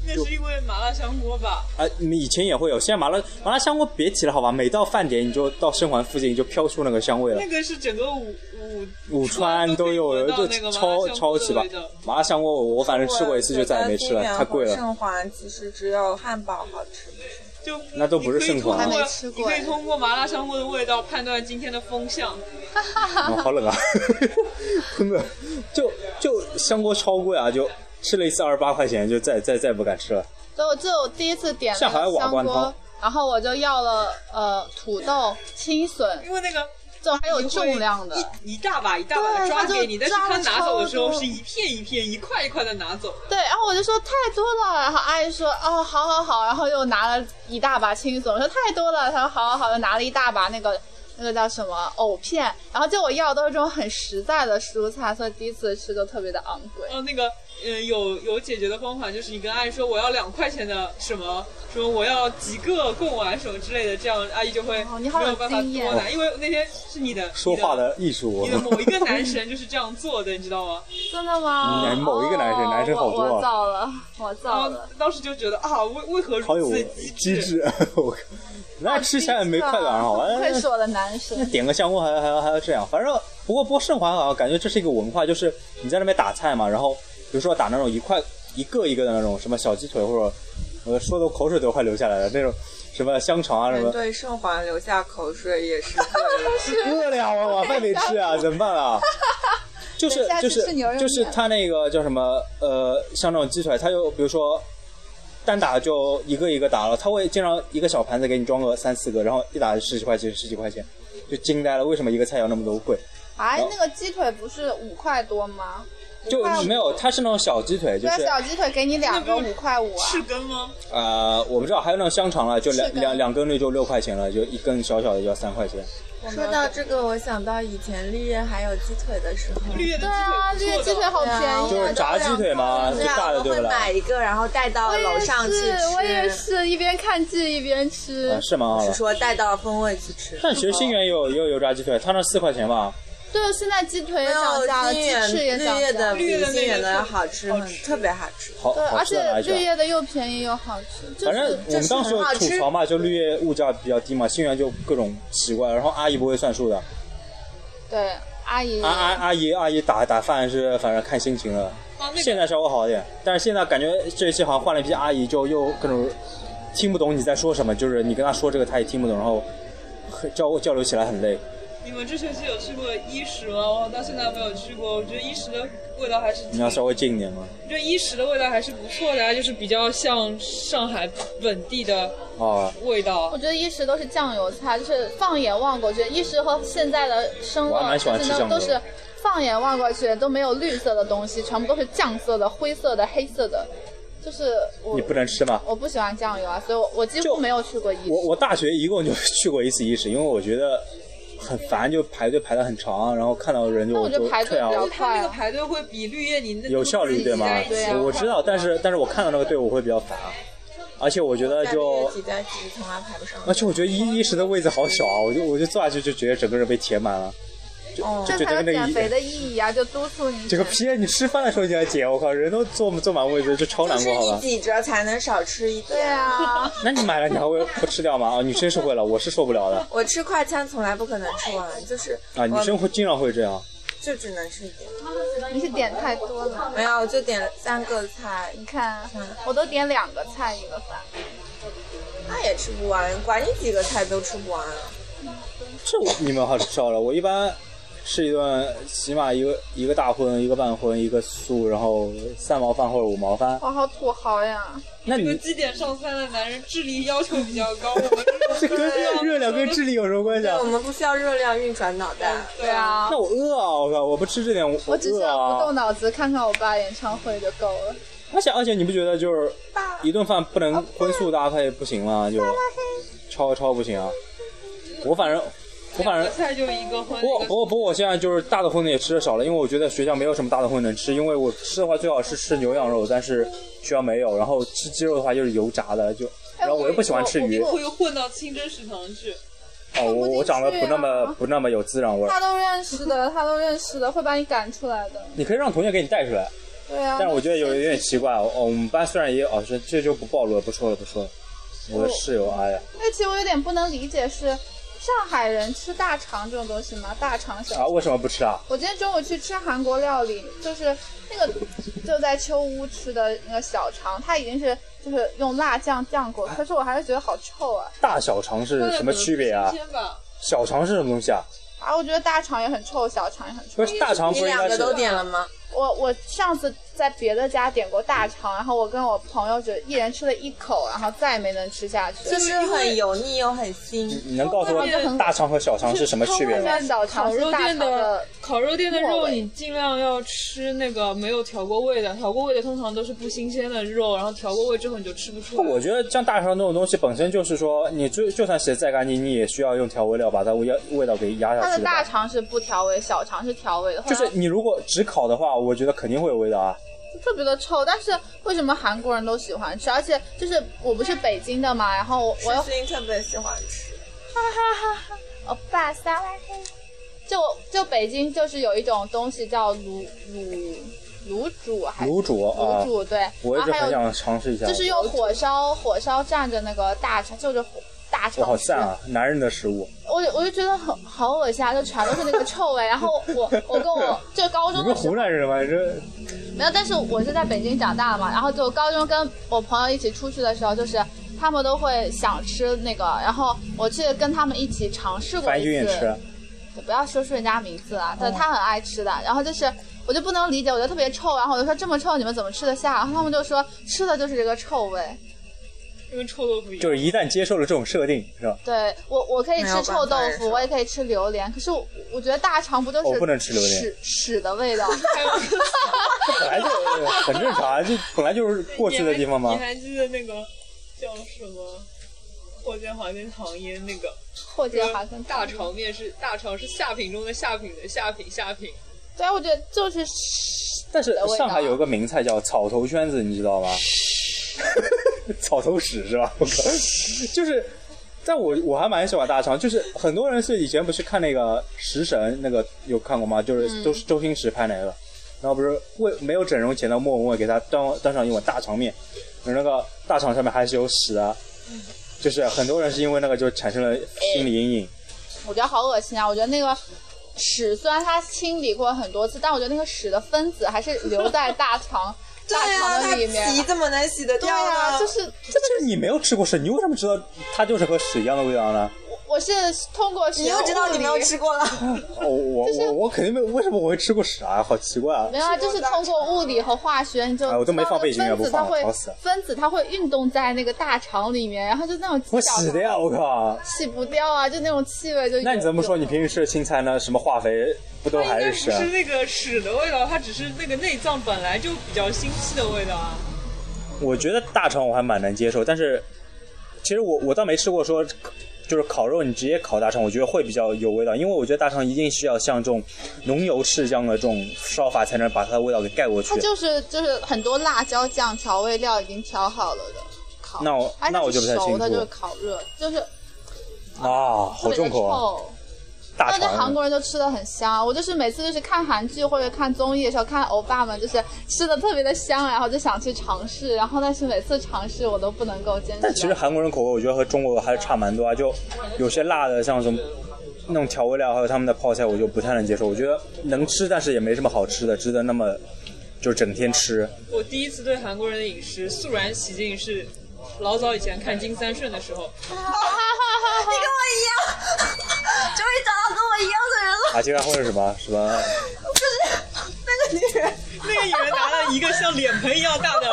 Speaker 4: 那是因为麻辣香锅吧？
Speaker 1: 啊，你们以前也会有，现在麻辣麻辣香锅别提了，好吧？每到饭点，你就到生环附近，你就飘出那个香味了
Speaker 4: 那。个是整个武武
Speaker 1: 武川都有，
Speaker 4: 都
Speaker 1: 就
Speaker 4: 可以闻到那个
Speaker 1: 超
Speaker 4: 麻辣香锅
Speaker 1: 超
Speaker 4: 的
Speaker 1: 奇葩
Speaker 4: 味道。
Speaker 1: 麻辣香锅我我反正吃过一次就再也没吃了，太贵了。
Speaker 3: 盛环其实只有汉堡好吃，
Speaker 4: 就
Speaker 1: 那都不是盛啊况
Speaker 2: 还没吃
Speaker 4: 你
Speaker 2: 过
Speaker 4: 可以通过麻辣香锅的味道判断今天的风向。
Speaker 1: 嗯好冷啊！ 真的，就就香锅超贵啊，就吃了一次二十八块钱，就再再再也不敢吃了。
Speaker 2: 所以我就第一次点
Speaker 1: 上海
Speaker 2: 那个
Speaker 1: 瓦
Speaker 2: 香
Speaker 1: 罐
Speaker 2: 锅
Speaker 1: 汤，
Speaker 2: 然后我就要了呃土豆、青笋
Speaker 4: 因为那个
Speaker 2: 这种还有重量的。
Speaker 4: 一一大把一大把的
Speaker 2: 对
Speaker 4: 抓
Speaker 2: 他就
Speaker 4: 给你，但是
Speaker 2: 抓
Speaker 4: 他
Speaker 2: 得
Speaker 4: 拿走的
Speaker 2: 超
Speaker 4: 时候
Speaker 2: 多
Speaker 4: 是一片一片、一块一块的拿走。
Speaker 2: 对，然后我就说太多了，然后阿姨说哦好好好，然后又拿了一大把青笋，我说太多了，她说好好好，又拿了一大把那个那个叫什么藕片，然后就我要的都是这种很实在的蔬菜，所以第一次吃就特别的昂贵。
Speaker 1: 哎
Speaker 4: 呃，那个，呃，有有解决的方法，就是你跟阿姨说我要两块钱的什么什么，我要几个贡丸什么之类的，这样阿姨就会
Speaker 2: 哦
Speaker 4: 没
Speaker 2: 你好有
Speaker 4: 有办法
Speaker 2: 经验
Speaker 4: 多拿，因为那天是你的
Speaker 1: 说话
Speaker 4: 的
Speaker 1: 的艺术，
Speaker 4: 你的某一个男神就是这样做的，你知道吗？
Speaker 2: 真的吗？
Speaker 1: 男某一个男生
Speaker 2: 哦
Speaker 1: 男生好多啊
Speaker 2: 我我造了，我
Speaker 4: 然
Speaker 2: 造
Speaker 4: 后
Speaker 2: 了。
Speaker 4: 当时就觉得啊，为为 何
Speaker 1: 好有
Speaker 4: 如此
Speaker 1: 机
Speaker 4: 智？
Speaker 1: 智。 我靠，那哎吃起来也没快感，啊好 吧？
Speaker 2: 不愧是我的男神。
Speaker 1: 点个香锅还要还要还要这样，反正不过不过盛环好像感觉这是一个文化，就是你在那边打菜嘛，然后比如说打那种一块一个一个的那种什么小鸡腿或者呃说的口水都快流下来了那种什么香肠啊什
Speaker 3: 人
Speaker 1: 么，
Speaker 3: 对盛环流下口水也 是会
Speaker 1: 饿了呀，我晚饭没吃啊，怎么办啊？就是
Speaker 2: 等一下
Speaker 1: 就
Speaker 2: 去吃牛肉
Speaker 1: 是
Speaker 2: 面
Speaker 1: 就是他那个叫什么呃，像那种鸡腿，他就比如说单打就一个一个打了，他会经常一个小盘子给你装个三四个，然后一打十几块钱十几块钱，就惊呆了，为什么一个菜要那么多贵？
Speaker 2: 哎，那个鸡腿不是五块多吗？
Speaker 1: 就没有，它是那种小鸡腿，就
Speaker 2: 对啊，
Speaker 1: 是
Speaker 2: 小鸡腿给你两个
Speaker 4: 那不是
Speaker 2: 五块五啊。
Speaker 4: 是根吗？
Speaker 1: 呃，我不知道，还有那种香肠啊了，就两
Speaker 2: 是的
Speaker 1: 两两根的就六块钱了，就一根小小的就要三块钱。
Speaker 3: 说到这个，我想到以前绿叶还有鸡腿的时候，
Speaker 4: 绿叶
Speaker 2: 对
Speaker 4: 的
Speaker 2: 啊，
Speaker 4: 鸡
Speaker 2: 绿叶
Speaker 4: 腿不
Speaker 2: 鸡
Speaker 4: 错
Speaker 2: 腿
Speaker 4: 的，
Speaker 2: 好便宜啊。
Speaker 1: 就是炸鸡腿嘛，
Speaker 3: 对
Speaker 1: 就
Speaker 3: 啊，
Speaker 1: 大
Speaker 3: 我
Speaker 1: 的
Speaker 3: 们
Speaker 1: 对
Speaker 3: 会
Speaker 1: 不
Speaker 3: 买
Speaker 1: 啦？
Speaker 3: 一个，然后带到
Speaker 2: 我也
Speaker 3: 楼上去
Speaker 2: 是
Speaker 3: 吃。
Speaker 2: 我也是一边看剧一边吃。
Speaker 1: 啊，是蛮好
Speaker 3: 是
Speaker 1: 的。
Speaker 3: 说带到风味去吃。
Speaker 1: 但其实新源也有也有油炸鸡腿，它那四块钱吧。
Speaker 2: 对，现在鸡腿也
Speaker 3: 没
Speaker 2: 涨
Speaker 3: 有
Speaker 2: 价了，
Speaker 3: 金
Speaker 2: 鸡
Speaker 3: 源
Speaker 2: 翅也
Speaker 3: 绿
Speaker 2: 涨
Speaker 3: 叶
Speaker 2: 价
Speaker 3: 的
Speaker 2: 了。
Speaker 3: 比金源的要好吃，
Speaker 4: 好
Speaker 3: 很
Speaker 4: 吃
Speaker 3: 特别好吃。
Speaker 1: 好，
Speaker 2: 对，
Speaker 1: 好
Speaker 2: 而
Speaker 1: 吃的
Speaker 2: 且
Speaker 1: 来着
Speaker 2: 绿。叶的又便宜又好吃，就
Speaker 1: 反正
Speaker 2: 是
Speaker 1: 我们当时有吐槽嘛，就绿叶物价比较低嘛，新源就各种奇怪，然后阿姨不会算数的，
Speaker 2: 对阿姨啊
Speaker 1: 阿阿阿姨阿姨打打饭是反正看心情的，
Speaker 4: 啊，那
Speaker 1: 现
Speaker 4: 个
Speaker 1: 在稍微好一点，但是现在感觉这一期好像换了一批阿姨，就又各种听不懂你在说什么，就是你跟她说这个她也听不懂，然后和交交流起来很累。
Speaker 4: 你们这学期有去过一食吗？我到现在没有去过，我觉得一食的味道还是
Speaker 1: 你
Speaker 4: 挺
Speaker 1: 要稍微近一点吗？
Speaker 4: 这一食的味道还是不错的、啊，就是比较像上海本地的
Speaker 1: 哦，
Speaker 4: 味道
Speaker 2: 我。觉得一食都是酱油菜，就是放眼望过去，一食和现在的生
Speaker 1: 我还
Speaker 2: 乐
Speaker 1: 蛮喜欢吃
Speaker 2: 真的
Speaker 1: 酱油
Speaker 2: 都是放眼望过去都没有绿色的东西，全部都是酱色的、灰色的、黑色的，就是我
Speaker 1: 你不能吃吗？
Speaker 2: 我不喜欢酱油啊，所以我我几
Speaker 1: 就
Speaker 2: 乎没有去过一食。
Speaker 1: 我我大学一共就去过一次一食，因为我觉得很烦，就排队排的很长，然后看到人就
Speaker 2: 那我觉得
Speaker 1: 就
Speaker 2: 排队
Speaker 1: 退啊
Speaker 2: 比。较
Speaker 4: 就是它那个排队会比绿叶你那
Speaker 1: 有效率对吗
Speaker 4: 自己在一起
Speaker 2: 对啊
Speaker 1: 我我知道，但是但是我看到那个队伍会比较烦，而且我觉得就
Speaker 3: 挤在一起从来排不上。
Speaker 1: 而且我觉得一一食的位置好小啊，我就我就坐下去就觉得整个人被填满了，就
Speaker 3: 哦
Speaker 1: 就
Speaker 6: 这
Speaker 1: 觉
Speaker 6: 才
Speaker 1: 得
Speaker 6: 有
Speaker 1: 跟那
Speaker 6: 减肥
Speaker 1: 个一
Speaker 6: 的意义啊！就督促你
Speaker 1: 这个屁！你吃饭的时候你来减，我靠，人都坐坐满位置，这超难
Speaker 3: 就是
Speaker 1: 过好
Speaker 3: 你
Speaker 1: 吧？
Speaker 3: 挤着才能少吃一
Speaker 6: 对
Speaker 3: 点。
Speaker 6: 啊，
Speaker 1: 那你买了你还会不吃掉吗？啊，女生是会了，我是受不了的
Speaker 3: 我吃快餐从来不可能吃完，就是
Speaker 1: 啊，女生会经常会这样。
Speaker 3: 就只能吃一点。
Speaker 6: 你是点太多了。
Speaker 3: 没有，我就点了三个菜，
Speaker 6: 你看，我都点两个菜一个饭，
Speaker 3: 那也吃不完，管你几个菜都吃不完。
Speaker 1: 这我你们好少了，我一般吃一顿起码一个一个大荤，一个半荤，一个素，然后三毛饭或者五毛饭。
Speaker 6: 我好土豪呀！
Speaker 1: 那
Speaker 4: 这个
Speaker 1: 你
Speaker 4: 基点上三的男人智力要求比较高，我们这
Speaker 1: 这
Speaker 4: 种
Speaker 1: 跟热量跟智力有什么关系啊
Speaker 3: 我？们不需要热量运转脑袋。
Speaker 4: 对啊，
Speaker 6: 啊，
Speaker 1: 那我饿啊！我靠，我不吃这点，我
Speaker 2: 我只
Speaker 1: 饿
Speaker 2: 想不
Speaker 1: 啊
Speaker 2: 动！脑子看看我爸演唱会就够了。
Speaker 1: 而且而且，你不觉得就是一顿饭不能荤素搭配不行吗？就超超不行啊！我反正我反正
Speaker 4: 两个啊菜就一个荤，
Speaker 1: 不过不
Speaker 4: 一个素
Speaker 1: 过不过，我现在就是大的荤的也吃的少了，因为我觉得学校没有什么大的荤能吃，因为我吃的话最好是吃牛羊肉，但是学校没有，然后吃鸡肉的话就是油炸的，就然哎后我又不喜欢吃鱼，哦，
Speaker 4: 会混到清真食堂去。
Speaker 1: 我我长得不那
Speaker 2: 我不进去
Speaker 1: 么
Speaker 2: 啊
Speaker 1: 不那么有滋壤味儿，
Speaker 2: 他都认识的，他都认识的，会把你赶出来的。
Speaker 1: 你可以让同学给你带出来，
Speaker 2: 对啊
Speaker 1: 但，是我觉得有有点奇怪，哦，我们班虽然也有，哦，这这就不暴露了，不说了不说了，我的室友，哎呀，
Speaker 2: 那其实我有点不能理解是上海人吃大肠这种东西吗？大肠小肠
Speaker 1: 啊，为什么不吃啊？
Speaker 2: 我今天中午去吃韩国料理，就是那个就在秋屋吃的那个小肠，它已经是就是用辣酱酱过，可是我还是觉得好臭啊！
Speaker 1: 大小肠是什么区别啊
Speaker 4: 新？鲜吧，
Speaker 1: 小肠是什么东西啊？
Speaker 2: 啊，我觉得大肠也很臭，小肠也很
Speaker 1: 不
Speaker 2: 臭。
Speaker 1: 是大肠
Speaker 3: 你
Speaker 1: 不是应
Speaker 3: 两
Speaker 1: 该
Speaker 3: 个
Speaker 1: 是
Speaker 3: 都点了吗？
Speaker 2: 我我上次在别的家点过大肠，然后我跟我朋友就一人吃了一口，然后再也没能吃下去。
Speaker 3: 就是很油腻又很腥。
Speaker 1: 你能告诉我大肠和小肠是什么区别吗？
Speaker 2: 但小肠
Speaker 4: 烤
Speaker 2: 是
Speaker 4: 肉
Speaker 2: 大
Speaker 4: 店
Speaker 2: 肠的
Speaker 4: 的，烤肉店的
Speaker 2: 末
Speaker 4: 肉，
Speaker 2: 尾
Speaker 4: 你尽量要吃那个没有调过味的，调过味的通常都是不新鲜的肉，然后调过味之后你就吃不出来。
Speaker 1: 我觉得像大肠这种东西本身就是说，你就就算洗的再干净，你也需要用调味料把它味味道给压
Speaker 2: 它
Speaker 1: 下
Speaker 2: 的
Speaker 1: 去吧。
Speaker 2: 大肠是不调味，小肠是调味的，
Speaker 1: 就是你如果只烤的话，我觉得肯定会有味道啊。
Speaker 2: 特别的臭，但是为什么韩国人都喜欢吃？而且就是我不是北京的嘛，然后我我
Speaker 3: 我
Speaker 2: 又
Speaker 3: 心特别喜欢吃，
Speaker 2: 我爸撒拉嘿，就就北京就是有一种东西叫卤卤卤煮还是
Speaker 1: 卤煮啊
Speaker 2: 卤，煮对，
Speaker 1: 我一直
Speaker 2: 然后
Speaker 1: 很
Speaker 2: 还有
Speaker 1: 想尝试一下。
Speaker 2: 就是用火烧火烧蘸着那个大肠，就是火大肠
Speaker 1: 我好
Speaker 2: 吃
Speaker 1: 赞啊，男人的食物。
Speaker 2: 我就我就觉得很好恶心啊，就全都是那个臭味。然后 我我跟我就高
Speaker 1: 你
Speaker 2: 中
Speaker 1: 们
Speaker 2: 的时候。
Speaker 1: 湖南人吗？这
Speaker 2: 没有，但是我是在北京长大的嘛，然后就高中跟我朋友一起出去的时候，就是他们都会想吃那个，然后我去跟他们一起尝试过
Speaker 1: 翻
Speaker 2: 一
Speaker 1: 晕也
Speaker 2: 次，
Speaker 1: 吃，
Speaker 2: 就不要说出人家名字
Speaker 3: 嗯
Speaker 2: 啊，但他很爱吃的，然后就是我就不能理解，我觉得特别臭，啊然后我就说这么臭你们怎么吃得下？然后他们就说吃的就是这个臭味，
Speaker 4: 因为臭豆腐一样
Speaker 1: 就是一旦接受了这种设定，是吧？
Speaker 2: 对我我可以
Speaker 3: 没有
Speaker 2: 吃
Speaker 3: 办法
Speaker 2: 臭豆
Speaker 3: 忍
Speaker 2: 腐，
Speaker 3: 受
Speaker 2: 我也可以吃榴莲，可是我我觉得大肠不就是
Speaker 1: 我不能吃榴莲
Speaker 2: 屎屎的味 道，
Speaker 1: 这本来就很正常，啊，这本来就是 过去的地方
Speaker 4: 你
Speaker 1: 嘛。
Speaker 4: 还记得那个叫什么霍建华跟唐嫣那个？
Speaker 2: 霍建华
Speaker 3: 嗯
Speaker 2: 跟
Speaker 4: 大肠面是大肠是下品中的下品的下品下品。
Speaker 2: 对，我觉得就是屎
Speaker 1: 但是
Speaker 2: 的味道啊
Speaker 1: 上海有一个名菜叫草头圈子，你知道吗？ 草头屎是吧？我靠就是，但我我还蛮喜欢大肠，就是很多人是以前不是看那个《食神》那个有看过吗？就是
Speaker 2: 嗯
Speaker 1: 周、周星驰拍那个，然后不是为没有整容前的莫文蔚给他端端上一碗大肠面，那个大肠上面还是有屎啊，就是很多人是因为那个就产生了心理阴影。
Speaker 2: 哎我觉得好恶心啊！我觉得那个屎虽然它清理过很多次，但我觉得那个屎的分子还是留在大 肠大肠的
Speaker 3: 啊它
Speaker 2: 里面。
Speaker 3: 皮怎么能洗得
Speaker 2: 对
Speaker 3: 掉呢？
Speaker 2: 啊，就是
Speaker 1: 这就是你没有吃过屎，你为什么知道它就是和屎一样的味道呢？
Speaker 2: 我是通过学
Speaker 3: 你又知道
Speaker 2: 物
Speaker 3: 你
Speaker 2: 理
Speaker 3: 没有吃过了，
Speaker 1: 哦我我我肯定没，为什么我会吃过啥？好奇怪啊！
Speaker 2: 没有啊，就是通过物理和化学，你就
Speaker 1: 哎我都没放背景音乐
Speaker 2: 分子它
Speaker 1: 不放
Speaker 2: 会
Speaker 1: 了吵死啊了
Speaker 2: 分子它会运动在那个大肠里面，然后就那种
Speaker 1: 我
Speaker 2: 小
Speaker 1: 洗的呀，我靠！
Speaker 2: 洗不掉啊，就那种气味就。
Speaker 1: 那你怎么说你平时吃的青菜呢？什么化肥不都
Speaker 4: 它应
Speaker 1: 还
Speaker 4: 该
Speaker 1: 是吃
Speaker 4: 不是
Speaker 1: 啊？
Speaker 4: 那个屎的味道，它只是那个内脏本来就比较腥气的味道啊。
Speaker 1: 我觉得大肠我还蛮能接受，但是其实我我倒没吃过说，就是烤肉你直接烤大肠，我觉得会比较有味道，因为我觉得大肠一定是要像这种浓油赤酱的这种烧法才能把它的味道给盖过去
Speaker 2: 它。就是就是很多辣椒酱调味料已经调好了的烤。
Speaker 1: 那我
Speaker 2: 而且
Speaker 1: 那我就不太清
Speaker 2: 熟的
Speaker 1: 楚
Speaker 2: 就是烤热，就是
Speaker 1: 啊，
Speaker 2: 特
Speaker 1: 好
Speaker 2: 别
Speaker 1: 重
Speaker 2: 的
Speaker 1: 口啊！
Speaker 2: 臭。
Speaker 1: 大
Speaker 2: 但是
Speaker 1: 肠
Speaker 2: 韩国人就吃的很香，我就是每次就是看韩剧或者看综艺的时候，看欧巴们就是吃的特别的香，然后就想去尝试，然后但是每次尝试我都不能够坚持。
Speaker 1: 但其实韩国人口味我觉得和中国还是差蛮多啊，就有些辣的像什么那种调味料，还有他们的泡菜，我就不太能接受。我觉得能吃，但是也没什么好吃的，值得那么就整天吃。
Speaker 4: 我第一次对韩国人的饮食肃然起敬是老早以前看金三顺的时候，
Speaker 3: 你跟我一 样，终于找到跟我一样的人了。
Speaker 1: 啊，经常会是什么什么
Speaker 3: 那个女人，
Speaker 4: 那个演员拿了一个像脸盆一样大的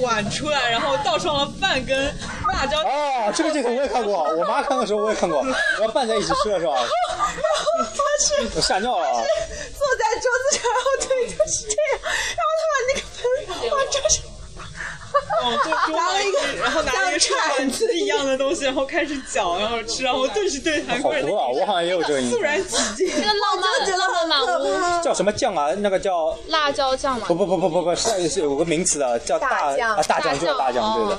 Speaker 4: 碗出来，然后倒上了半根辣椒。
Speaker 1: 哦，这个镜头我也看过，我妈看的时候我也看过，然后拌在一起吃了是吧？
Speaker 3: 他是
Speaker 1: 我啊吓尿了啊，
Speaker 3: 坐在桌子上，然后对，就是这样，然后他把那个盆往桌上。
Speaker 4: 哦，就就
Speaker 3: 拿了一个
Speaker 4: 然后拿了一个像
Speaker 3: 像
Speaker 4: 铲
Speaker 3: 铲
Speaker 4: 子一样的东西，然后开始搅，然后吃，然后顿时对韩
Speaker 1: 好
Speaker 4: 国人的
Speaker 1: 毒啊！
Speaker 4: 饮
Speaker 1: 我
Speaker 4: 食
Speaker 1: 好像也有这个印
Speaker 4: 肃
Speaker 1: 象，
Speaker 4: 然起敬。
Speaker 2: 这个浪
Speaker 3: 我就觉
Speaker 2: 漫
Speaker 3: 得
Speaker 2: 浪漫
Speaker 3: 很
Speaker 2: 满
Speaker 3: 可
Speaker 2: 屋，
Speaker 3: 怕。
Speaker 1: 叫什么酱啊？那个叫
Speaker 2: 辣椒酱嘛
Speaker 1: 不，不不不不不，是有个名词的叫大
Speaker 3: 大酱
Speaker 1: 啊大酱，就叫大酱对的
Speaker 2: 哦。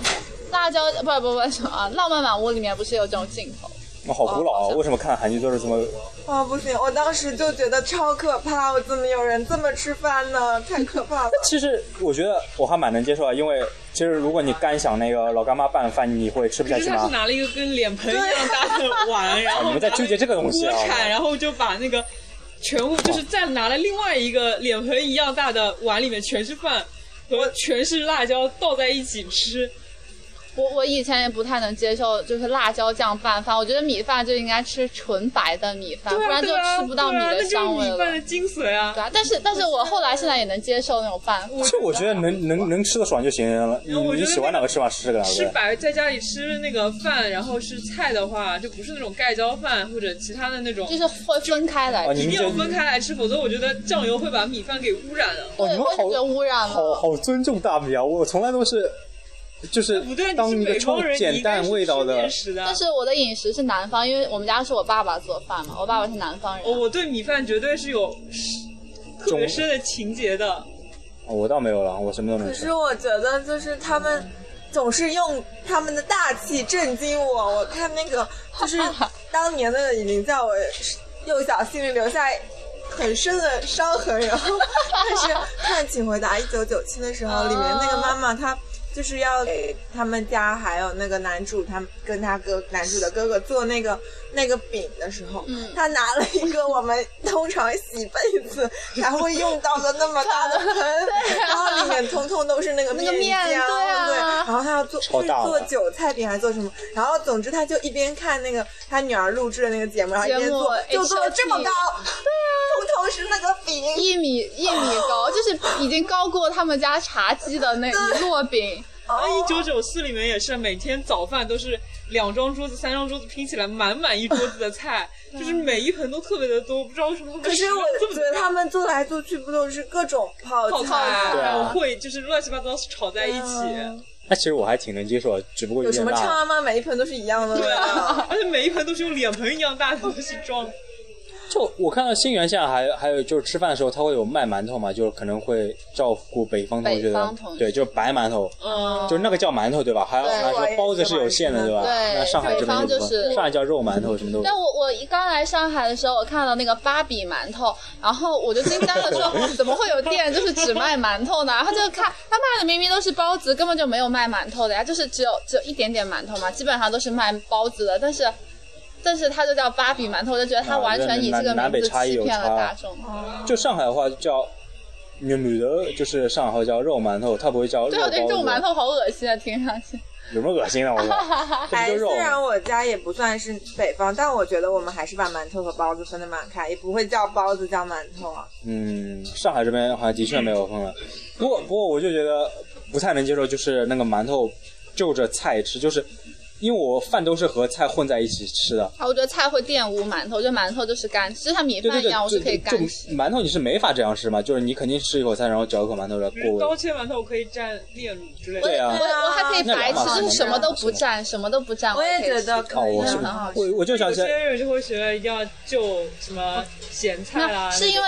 Speaker 2: 辣椒不不不什么啊，浪漫满屋里面不是有这种镜头？
Speaker 1: 我好古老啊！为什么看韩剧都是这么？
Speaker 3: 啊、不行！我当时就觉得超可怕，我怎么有人这么吃饭呢？太可怕了！
Speaker 1: 其实我觉得我还蛮能接受的，啊因为其实如果你干想那个老干妈拌饭，你会吃不下
Speaker 4: 就是
Speaker 1: 去
Speaker 4: 他是
Speaker 1: 吗？
Speaker 4: 拿了一个跟脸盆一样大的 碗，然后
Speaker 1: 你们在纠结这个东西啊
Speaker 4: 锅铲，然后就把那个全部就是再拿了另外一个脸盆一样大的碗，里面全是饭和全是辣椒倒在一起吃。
Speaker 2: 我我以前也不太能接受，就是辣椒酱拌饭，我觉得米饭就应该吃纯白的米饭，
Speaker 4: 对
Speaker 2: 不
Speaker 4: 啊，
Speaker 2: 然就
Speaker 4: 对啊
Speaker 2: 吃不到米
Speaker 4: 对啊
Speaker 2: 的香味
Speaker 4: 那就是米
Speaker 2: 了。
Speaker 4: 饭的精髓啊
Speaker 2: 对！啊，但是但是我后来现在也能接受那种拌饭，
Speaker 1: 其实我觉得能能能吃的爽就行了，你
Speaker 4: 我觉得
Speaker 1: 你喜欢哪个吃法吃哪个。
Speaker 4: 吃白在家里吃那个饭，然后是菜的话，就不是那种盖浇饭或者其他的那种
Speaker 2: 就，是会分开来
Speaker 1: 哦，
Speaker 2: 吃。
Speaker 1: 你们
Speaker 4: 一定
Speaker 1: 这
Speaker 4: 要分开来吃，否则我觉得酱油会把米饭给污染了。
Speaker 1: 哦，你
Speaker 2: 对，
Speaker 1: 们
Speaker 2: 我也觉得
Speaker 1: 好
Speaker 2: 污染
Speaker 1: 好
Speaker 2: 了。
Speaker 1: 好尊重大米啊！我从来都是，就是
Speaker 4: 不对，
Speaker 1: 当
Speaker 4: 你
Speaker 1: 一
Speaker 4: 是
Speaker 1: 个
Speaker 4: 北
Speaker 1: 臭
Speaker 4: 方人，你
Speaker 1: 简
Speaker 4: 应该
Speaker 1: 单
Speaker 4: 是
Speaker 1: 味道
Speaker 4: 吃
Speaker 1: 的
Speaker 4: 面。食的。
Speaker 2: 但是我的饮食是南方，因为我们家是我爸爸做饭
Speaker 1: 嗯
Speaker 2: 嘛，我爸爸是南方人
Speaker 4: 哦我，我对米饭绝对是有特别深的情节的。
Speaker 1: 哦我倒没有了，我什么都能
Speaker 3: 可
Speaker 1: 吃
Speaker 3: 是。我觉得就是他们总是用他们的大气震惊我。我看那个 就是当年的已经在我幼小心里留下很深的伤痕。然后， 但是看《请回答一九九七》的时候，里面那个妈妈她。就是要给他们家还有那个男主他们跟他哥男主的哥哥做那个那个饼的时候，
Speaker 2: 嗯
Speaker 3: 他拿了一个我们通常洗被子才会用到的那么大的盆，然后里面通通都是那个
Speaker 2: 那个面
Speaker 3: 浆，
Speaker 2: 对啊
Speaker 3: 对然后他要做
Speaker 1: 超
Speaker 3: 是
Speaker 1: 大
Speaker 3: 做
Speaker 1: 碗
Speaker 3: 韭菜饼还是做什么，然后总之他就一边看那个他女儿录制的那个节目，然后一
Speaker 2: 节
Speaker 3: 边
Speaker 2: 目
Speaker 3: 做，就
Speaker 2: HOT
Speaker 3: 做了这么高，对啊，通通是那个饼，
Speaker 2: 一米一米 高，就是已经高过他们家茶几的那一摞 饼。
Speaker 4: 啊，一九九四里面也是，每天早饭都是两张桌子、三张桌子拼起来，满满一桌子的 菜，就是每一盆都特别的多，不知道为什么他们
Speaker 3: 可是
Speaker 4: 食
Speaker 3: 我
Speaker 4: 量这么
Speaker 3: 觉得
Speaker 4: 大
Speaker 3: 他们做来做去不都是各种泡
Speaker 4: 泡菜啊
Speaker 3: 菜
Speaker 1: 对啊
Speaker 4: 还有烩，就是乱七八糟炒在一起。
Speaker 1: 那其实我还挺能接受，的，只不过
Speaker 3: 有
Speaker 1: 点
Speaker 3: 什么
Speaker 1: 辣。
Speaker 3: 差吗？每一盆都是一样的。
Speaker 4: 对啊，而且每一盆都是用脸盆一样大的东西 装。
Speaker 1: 就我看到新源现在还还有就是吃饭的时候，他会有卖馒头嘛，就是可能会照顾北方同学
Speaker 2: 北
Speaker 1: 的
Speaker 2: 方同，学
Speaker 1: 对，就是白馒头，
Speaker 4: 嗯，
Speaker 1: 就是那个叫馒头对吧？还有
Speaker 2: 对
Speaker 1: 还
Speaker 3: 我
Speaker 1: 说
Speaker 3: 也
Speaker 1: 包子
Speaker 3: 喜
Speaker 1: 是
Speaker 3: 欢
Speaker 1: 有
Speaker 3: 吃
Speaker 1: 馅的
Speaker 3: 馒
Speaker 1: 对吧？
Speaker 2: 头对
Speaker 1: 那上海
Speaker 2: 北
Speaker 1: 这边
Speaker 2: 方
Speaker 1: 就不
Speaker 2: 就是
Speaker 1: 上海叫肉馒头，什么都有
Speaker 2: 但。我我一刚来上海的时候，我看到那个芭比馒头，然后我就惊呆了，说哦怎么会有店就是只卖 馒头呢？然后就看他卖的明明都是包子，根本就没有卖馒头的呀，就是只有只有一点点馒头嘛，基本上都是卖包子的，但是。但是它就叫芭比馒头，我就觉得它
Speaker 1: 啊
Speaker 2: 完全以这个
Speaker 1: 南南北
Speaker 2: 名字
Speaker 1: 差异
Speaker 2: 欺
Speaker 1: 有
Speaker 2: 骗了
Speaker 1: 差
Speaker 2: 大众。
Speaker 1: 就上海的话叫。女女的，就是上海话叫肉馒头，它不会叫肉
Speaker 2: 对，我觉得
Speaker 1: 包
Speaker 2: 肉
Speaker 1: 子
Speaker 2: 馒头好恶心啊，听上去。
Speaker 1: 有什么恶心的？我 操，这不
Speaker 3: 哎，
Speaker 1: 就是我
Speaker 3: 虽
Speaker 1: 们
Speaker 3: 然我家也不算是北方，但我觉得我们还是把馒头和包子分得蛮开，也不会叫包子叫馒头啊。
Speaker 1: 嗯，上海这边好像的确没有分了。不过不过我就觉得不太能接受，就是那个馒头就着菜吃，就是因为我饭都是和菜混在一起吃的。
Speaker 2: 啊，我觉得菜会玷污馒头，就馒头就是干吃，就像米
Speaker 1: 对对
Speaker 2: 饭一
Speaker 1: 对，
Speaker 2: 样，我
Speaker 1: 就是
Speaker 2: 可以
Speaker 1: 就
Speaker 2: 干吃。
Speaker 1: 馒头你是没法这样吃嘛，就是你肯定吃一口菜，然后嚼一口馒头来
Speaker 4: 比如
Speaker 1: 过
Speaker 4: 刀
Speaker 1: 胃。
Speaker 4: 切馒头，我可以蘸炼乳之类
Speaker 2: 我
Speaker 4: 的。
Speaker 1: 对啊
Speaker 2: 我我还可以白吃，
Speaker 1: 那
Speaker 2: 就是什么都不
Speaker 1: 两
Speaker 2: 蘸，什么都不蘸。
Speaker 3: 我也
Speaker 2: 可以
Speaker 3: 觉得
Speaker 2: 吃
Speaker 3: 可
Speaker 1: 哦，
Speaker 3: 以
Speaker 1: 我
Speaker 2: 那
Speaker 1: 是
Speaker 2: 很好吃
Speaker 1: 我我就想
Speaker 4: 有
Speaker 1: 起来
Speaker 4: 些，人就会觉得一定要就什么咸菜啦，
Speaker 2: 那是因为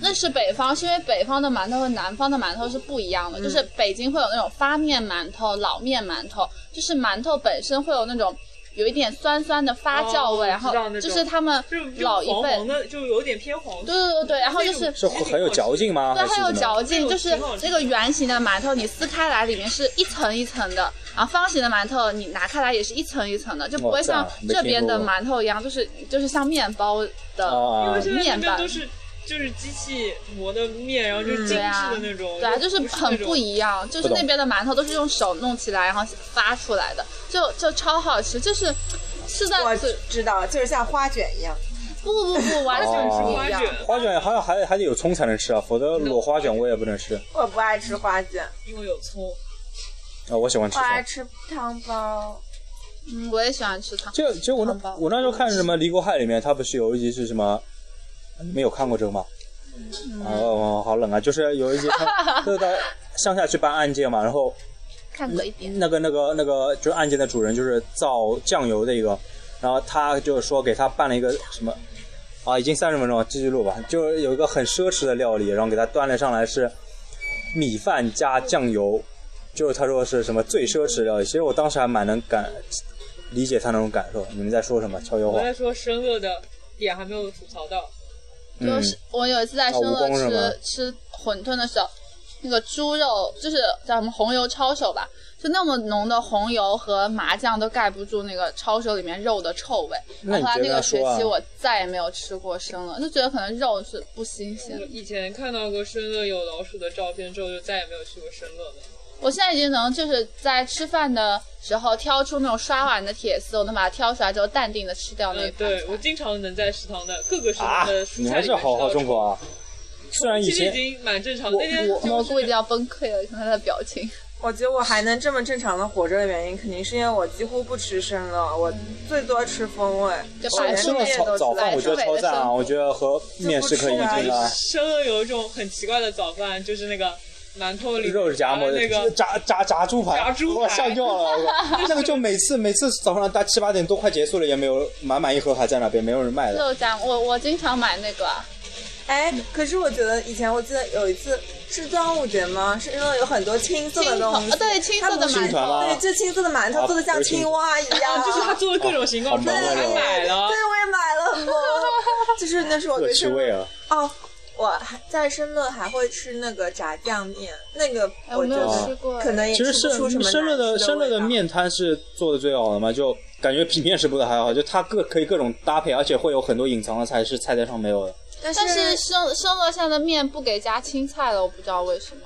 Speaker 2: 那是北方，是因为北方的馒头和南方的馒头是不一样的。
Speaker 4: 嗯
Speaker 2: 就是北京会有那种发面馒头、老面馒头，就是馒头本身会有那种有一点酸酸的发酵味，
Speaker 4: 哦
Speaker 2: 然后
Speaker 4: 我知道那种
Speaker 2: 就是他们
Speaker 4: 就是就
Speaker 2: 老一
Speaker 4: 黄
Speaker 2: 辈
Speaker 4: 黄，的，就有点偏黄。
Speaker 2: 对对对对，然后就是
Speaker 1: 是很有嚼劲吗？
Speaker 2: 对，
Speaker 1: 还是
Speaker 2: 很有
Speaker 1: 怎么样？
Speaker 2: 嚼
Speaker 4: 哎
Speaker 2: 劲，就是那个圆形的馒头，你撕开来里面是一层一层的，然后方形的馒头你拿开来也是一层一层的，就不会像
Speaker 1: 哇塞没
Speaker 2: 这边的
Speaker 1: 听过
Speaker 2: 馒头一样，就是就是像面包的。
Speaker 1: 啊
Speaker 4: 因为现在那
Speaker 2: 面
Speaker 4: 边
Speaker 2: 吧
Speaker 4: 都是就是机器磨的面，然后就是
Speaker 3: 嗯
Speaker 4: 精
Speaker 2: 对
Speaker 4: 致
Speaker 2: 啊
Speaker 4: 的那种，
Speaker 2: 对啊，就是是很不
Speaker 4: 一。
Speaker 2: 一样，就是
Speaker 1: 不懂
Speaker 2: 那边的馒头都是用手弄起来，然后发出来的，就就超好吃，就是吃
Speaker 3: 啊我
Speaker 2: 在嘴，
Speaker 3: 知道，就是像花卷一样。
Speaker 2: 不不不，完
Speaker 1: 我
Speaker 2: 全
Speaker 1: 想吃
Speaker 2: 不
Speaker 4: 花
Speaker 2: 一样。
Speaker 4: 卷，
Speaker 1: 花卷还要还还得有葱才能吃啊，否则裸花卷我也不能吃
Speaker 3: 我不爱吃花卷，
Speaker 4: 因为有葱。
Speaker 1: 啊。我喜欢吃
Speaker 3: 我
Speaker 1: 葱。
Speaker 3: 爱吃汤包。
Speaker 2: 嗯，我也喜欢吃汤。
Speaker 1: 就就我
Speaker 2: 汉
Speaker 1: 那
Speaker 2: 堡
Speaker 1: 我那时候看什么《离国害》里面，他不是有一集是什么？
Speaker 2: 嗯
Speaker 1: 你们有看过这个吗？啊哦，好冷啊！就是有一集 他就是到乡下去办案件嘛，然后
Speaker 2: 看隔一点，
Speaker 1: 那个那个那个就是案件的主人就是造酱油的一个，然后他就说给他办了一个什么啊，已经三十分钟了，继续录吧。就是有一个很奢侈的料理，然后给他端了上来是米饭加酱油，就是他说是什么最奢侈的料理。其实我当时还蛮能感理解他那种感受。你们在说什么悄悄
Speaker 4: 我
Speaker 1: 话？
Speaker 4: 在说生乐的点还没有吐槽到，
Speaker 1: 嗯
Speaker 2: 就是我有一次在深
Speaker 1: 啊蜈蚣是吗
Speaker 2: 乐吃吃馄饨的时候，那个猪肉就是叫什么红油抄手吧，就那么浓的红油和麻酱都盖不住那个抄手里面肉的臭味。
Speaker 1: 那
Speaker 2: 然
Speaker 1: 你
Speaker 2: 后后来
Speaker 1: 接
Speaker 2: 那
Speaker 1: 着
Speaker 2: 个
Speaker 1: 说
Speaker 2: 学
Speaker 1: 啊
Speaker 2: 期我再也没有吃过生了，就觉得可能肉是不新鲜
Speaker 4: 我。以前看到过生乐有老鼠的照片之后，就再也没有去过生乐了。
Speaker 2: 我现在已经能就是在吃饭的时候挑出那种刷碗的铁丝，我能把它挑出来之后淡定的吃掉那一盘
Speaker 4: 嗯，
Speaker 2: 菜。
Speaker 4: 对我经常能在食堂的各个食堂
Speaker 1: 啊
Speaker 4: 的，蔬
Speaker 1: 你
Speaker 4: 菜
Speaker 1: 还
Speaker 4: 里
Speaker 1: 是
Speaker 4: 面
Speaker 1: 好好
Speaker 4: 吃到
Speaker 1: 中国啊！虽然以
Speaker 4: 其实已
Speaker 1: 前
Speaker 4: 经蛮正常。
Speaker 1: 我
Speaker 4: 那天
Speaker 1: 我
Speaker 2: 我
Speaker 4: 就
Speaker 2: 估计
Speaker 4: 是
Speaker 2: 要崩溃了，看他的表情。
Speaker 3: 我觉得我还能这么正常的活着的原因，肯定是因为我几乎不吃生了，我最多吃风味。
Speaker 2: 就
Speaker 3: 我
Speaker 2: 白
Speaker 3: 连
Speaker 1: 吃了
Speaker 2: 面
Speaker 3: 面
Speaker 1: 早
Speaker 3: 都
Speaker 1: 早
Speaker 3: 吃
Speaker 1: 饭，我觉得超赞
Speaker 2: 吃了
Speaker 1: 啊！我觉得和面食可以一拼啊。
Speaker 4: 生乐有一种很奇怪的早饭，就是那个馒头里
Speaker 1: 肉夹馍
Speaker 4: 夹那个
Speaker 1: 炸炸炸猪排，
Speaker 4: 炸猪排
Speaker 1: 我吓尿了，我 靠那个就每次每次早上大七八点都快结束了，也没有满满一盒还在那边，没有人卖的。
Speaker 2: 肉夹，我我经常买那个啊、
Speaker 3: 哎，可是我觉得以前我记得有一次是端午节吗？是因为有很多青色的
Speaker 2: 青
Speaker 3: 东
Speaker 2: 团
Speaker 3: 西，
Speaker 2: 啊，对，青色的
Speaker 1: 青
Speaker 2: 馒
Speaker 1: 团
Speaker 2: 头，哦
Speaker 1: 吗？
Speaker 3: 对，就青色的
Speaker 1: 啊
Speaker 3: 馒头做的像青蛙一样，
Speaker 4: 啊，就是他做的各种形
Speaker 1: 好
Speaker 4: 状，
Speaker 1: 萌
Speaker 4: 出
Speaker 1: 啊
Speaker 4: 来我还买了
Speaker 3: 对，。我也买了很多， 就是那是我
Speaker 1: 恶
Speaker 3: 对
Speaker 1: 趣
Speaker 3: 生
Speaker 1: 味啊！
Speaker 3: 哦。我还在深乐还会吃那个炸酱面，那个
Speaker 2: 哎，我
Speaker 3: 我
Speaker 2: 没
Speaker 3: 觉
Speaker 2: 有
Speaker 3: 得
Speaker 2: 吃过。哎
Speaker 3: 可能也
Speaker 1: 其实
Speaker 3: 吃不出什
Speaker 1: 深
Speaker 3: 么
Speaker 1: 深乐
Speaker 3: 难
Speaker 1: 的
Speaker 3: 吃
Speaker 1: 深乐
Speaker 3: 味
Speaker 1: 的
Speaker 3: 道
Speaker 1: 面摊是做的最好的嘛，就感觉比面食部的还好，就它各可以各种搭配，而且会有很多隐藏的菜是菜单上没有的。
Speaker 3: 但
Speaker 2: 但是
Speaker 3: 是
Speaker 2: 生生乐现在的面不给加青菜了，我不知道为什么，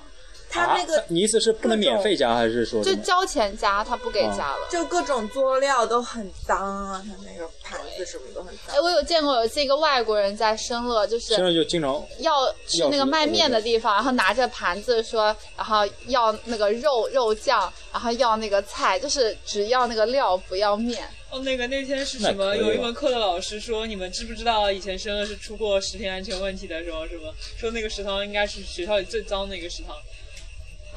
Speaker 3: 它那
Speaker 1: 啊
Speaker 3: 个
Speaker 1: 你意思是不能免费加，还是说什
Speaker 2: 就
Speaker 1: 么？
Speaker 2: 交钱加，他不给加
Speaker 1: 哦
Speaker 2: 了。
Speaker 3: 就各种佐料都很脏啊，它那个盘子什么都很脏
Speaker 2: 哎，。我有见过有一次一个外国人在生乐，就
Speaker 1: 深
Speaker 2: 是
Speaker 1: 乐就经常
Speaker 2: 要去那个卖面的地方，然后拿着盘子说，然后要那个肉肉酱，然后要那个菜，就是只要那个料不要面。
Speaker 4: 哦，那个那天是
Speaker 1: 那
Speaker 4: 什么？
Speaker 1: 可以啊
Speaker 4: 有一
Speaker 1: 吧
Speaker 4: 门课的老师说，你们知不知道以前生乐是出过食品安全问题的时候，什么说那个食堂应该是学校里最脏的一个食堂。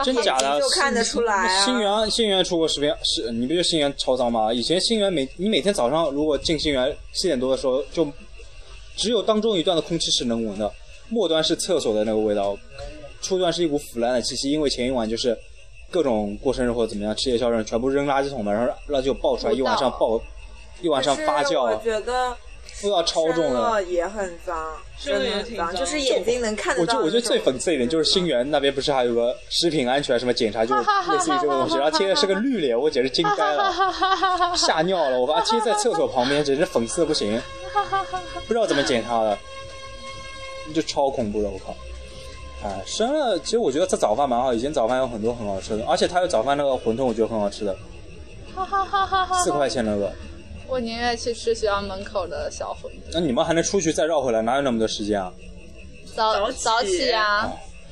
Speaker 1: 真假的，
Speaker 3: 就看得出来啊
Speaker 1: 新源新源出过食品是，你不觉得新源超脏吗？以前新源每你每天早上如果进新源七点多的时候，就只有当中一段的空气是能闻的，末端是厕所的那个味道，初段是一股腐烂的气息，因为前一晚就是各种过生日或者怎么样吃夜宵人全部扔垃圾桶嘛，然后垃圾就爆出来，
Speaker 2: 味
Speaker 1: 一
Speaker 2: 道
Speaker 1: 晚上爆，一晚上发
Speaker 3: 可是我
Speaker 1: 酵，
Speaker 3: 觉啊得
Speaker 1: 味道超重
Speaker 3: 生
Speaker 1: 的。
Speaker 3: 乐也很脏，
Speaker 4: 生
Speaker 3: 真
Speaker 4: 乐
Speaker 3: 的
Speaker 4: 也
Speaker 3: 很
Speaker 4: 挺脏
Speaker 3: 脏，就是眼睛能看
Speaker 1: 我
Speaker 3: 得
Speaker 1: 觉得
Speaker 3: 到那种。
Speaker 1: 我觉得最讽刺一点就是新源那边不是还有个食品安全什么检查，就是类似于这个东西，然后贴的是个绿脸，我简直惊呆了。吓尿了，我把它贴在厕所旁边，简直讽刺的不行，不知道怎么检查的，就超恐怖的，我靠！哎，生了，其实我觉得这早饭蛮好，以前早饭有很多很好吃的，而且它有早饭那个馄饨，我觉得很好吃的，
Speaker 2: 哈哈哈哈哈！
Speaker 1: 四块钱能个。
Speaker 2: 我宁愿去吃学校门口的小馄饨，
Speaker 1: 那你们还能出去再绕回来，哪有那么多时间啊？
Speaker 2: 早
Speaker 4: 早起
Speaker 2: 起啊，
Speaker 1: 哦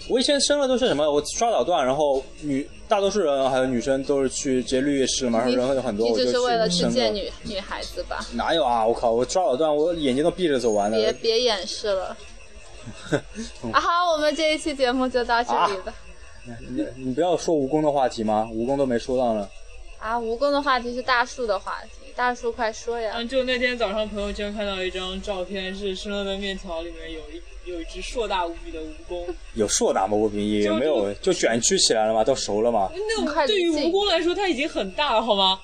Speaker 1: 我以前生了都是什么？我刷导断，然后女大多数人还有女生都是去直接绿叶市嘛，然后
Speaker 2: 你
Speaker 1: 人有很多，
Speaker 2: 你
Speaker 1: 我
Speaker 2: 只是
Speaker 1: 就
Speaker 2: 为了去
Speaker 1: 生
Speaker 2: 见
Speaker 1: 了。
Speaker 2: 女女孩子吧？
Speaker 1: 哪有啊！我靠，我刷导断，我眼睛都闭着走完
Speaker 2: 别
Speaker 1: 的。
Speaker 2: 别掩饰 了。啊好，我们这一期节目就到这里了。
Speaker 1: 你你不要说蜈蚣的话题吗？蜈蚣都没说到呢。
Speaker 2: 啊，蜈蚣的话题是大树的话题，大树快说呀！
Speaker 4: 嗯，就那天早上朋友圈看到一张照片，是生乐的面条里面有一有一只硕大无比的蜈蚣。
Speaker 1: 有硕大吗？无比也
Speaker 4: 就
Speaker 1: 没有，就卷曲起来了嘛，都熟了嘛。
Speaker 4: 那
Speaker 2: 快
Speaker 4: 我
Speaker 2: 离
Speaker 4: 对于
Speaker 2: 近
Speaker 4: 蜈蚣来说，它已经很大了，好吗？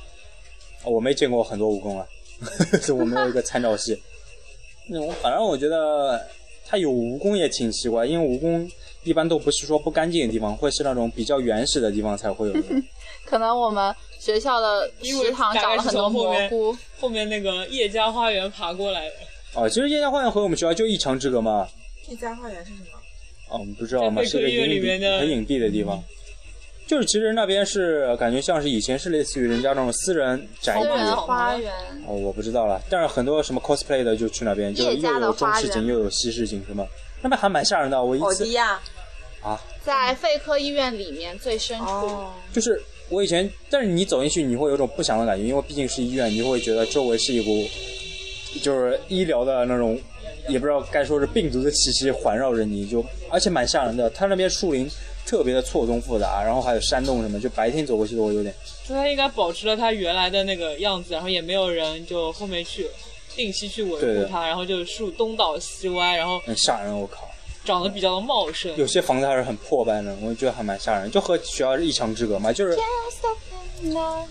Speaker 1: 哦我没见过很多蜈 蚣啊，这我没有一个参照系。那我反正我觉得它有蜈蚣也挺奇怪，因为蜈蚣一般都不是说不干净的地方，会是那种比较原始的地方才会有的。
Speaker 2: 可能我们学校的
Speaker 4: 因为
Speaker 2: 食堂长了很多蘑菇，
Speaker 4: 后面那个叶家花园爬过来的，
Speaker 1: 哦，其实叶家花园和我们学校就一墙之隔嘛。
Speaker 3: 一家花园是什么？
Speaker 1: 哦，不知道嘛，
Speaker 4: 在
Speaker 1: 是个
Speaker 4: 贝克
Speaker 1: 隐
Speaker 4: 院里面嗯
Speaker 1: 蔽
Speaker 4: 的
Speaker 1: 很隐蔽的地方。就是其实那边是感觉像是以前是类似于人家那种私人宅
Speaker 2: 私
Speaker 1: 地。啊
Speaker 2: 人
Speaker 4: 好吗
Speaker 2: 花园。
Speaker 1: 哦，我不知道了。但是很多什么 cosplay 的就去那边，就是
Speaker 6: 叶家
Speaker 1: 又
Speaker 6: 的
Speaker 1: 有中
Speaker 6: 花
Speaker 1: 式景
Speaker 6: 园哦
Speaker 1: 又有西式景什么，那边还蛮吓人的。我一
Speaker 3: 偶
Speaker 1: 次
Speaker 3: 迪亚。
Speaker 2: 在肺科医院里面最深处，
Speaker 3: 哦，
Speaker 1: 就是我以前，但是你走进去你会有种不祥的感觉，因为毕竟是医院，你会觉得周围是一股就是医疗的那种，也不知道该说是病毒的气息环绕着你，就而且蛮吓人的。它那边树林特别的错综复杂，然后还有山洞什么，就白天走过去的我有点
Speaker 4: 所以它应该保持了它原来的那个样子，然后也没有人就后面去定期去维
Speaker 1: 对的
Speaker 4: 护它，然后就是树东倒西歪，然后
Speaker 1: 很吓人，我靠！
Speaker 4: 长得比较的茂盛。
Speaker 1: 有些房子还是很破败的，我觉得还蛮吓人，就和学校是一墙之隔嘛。就是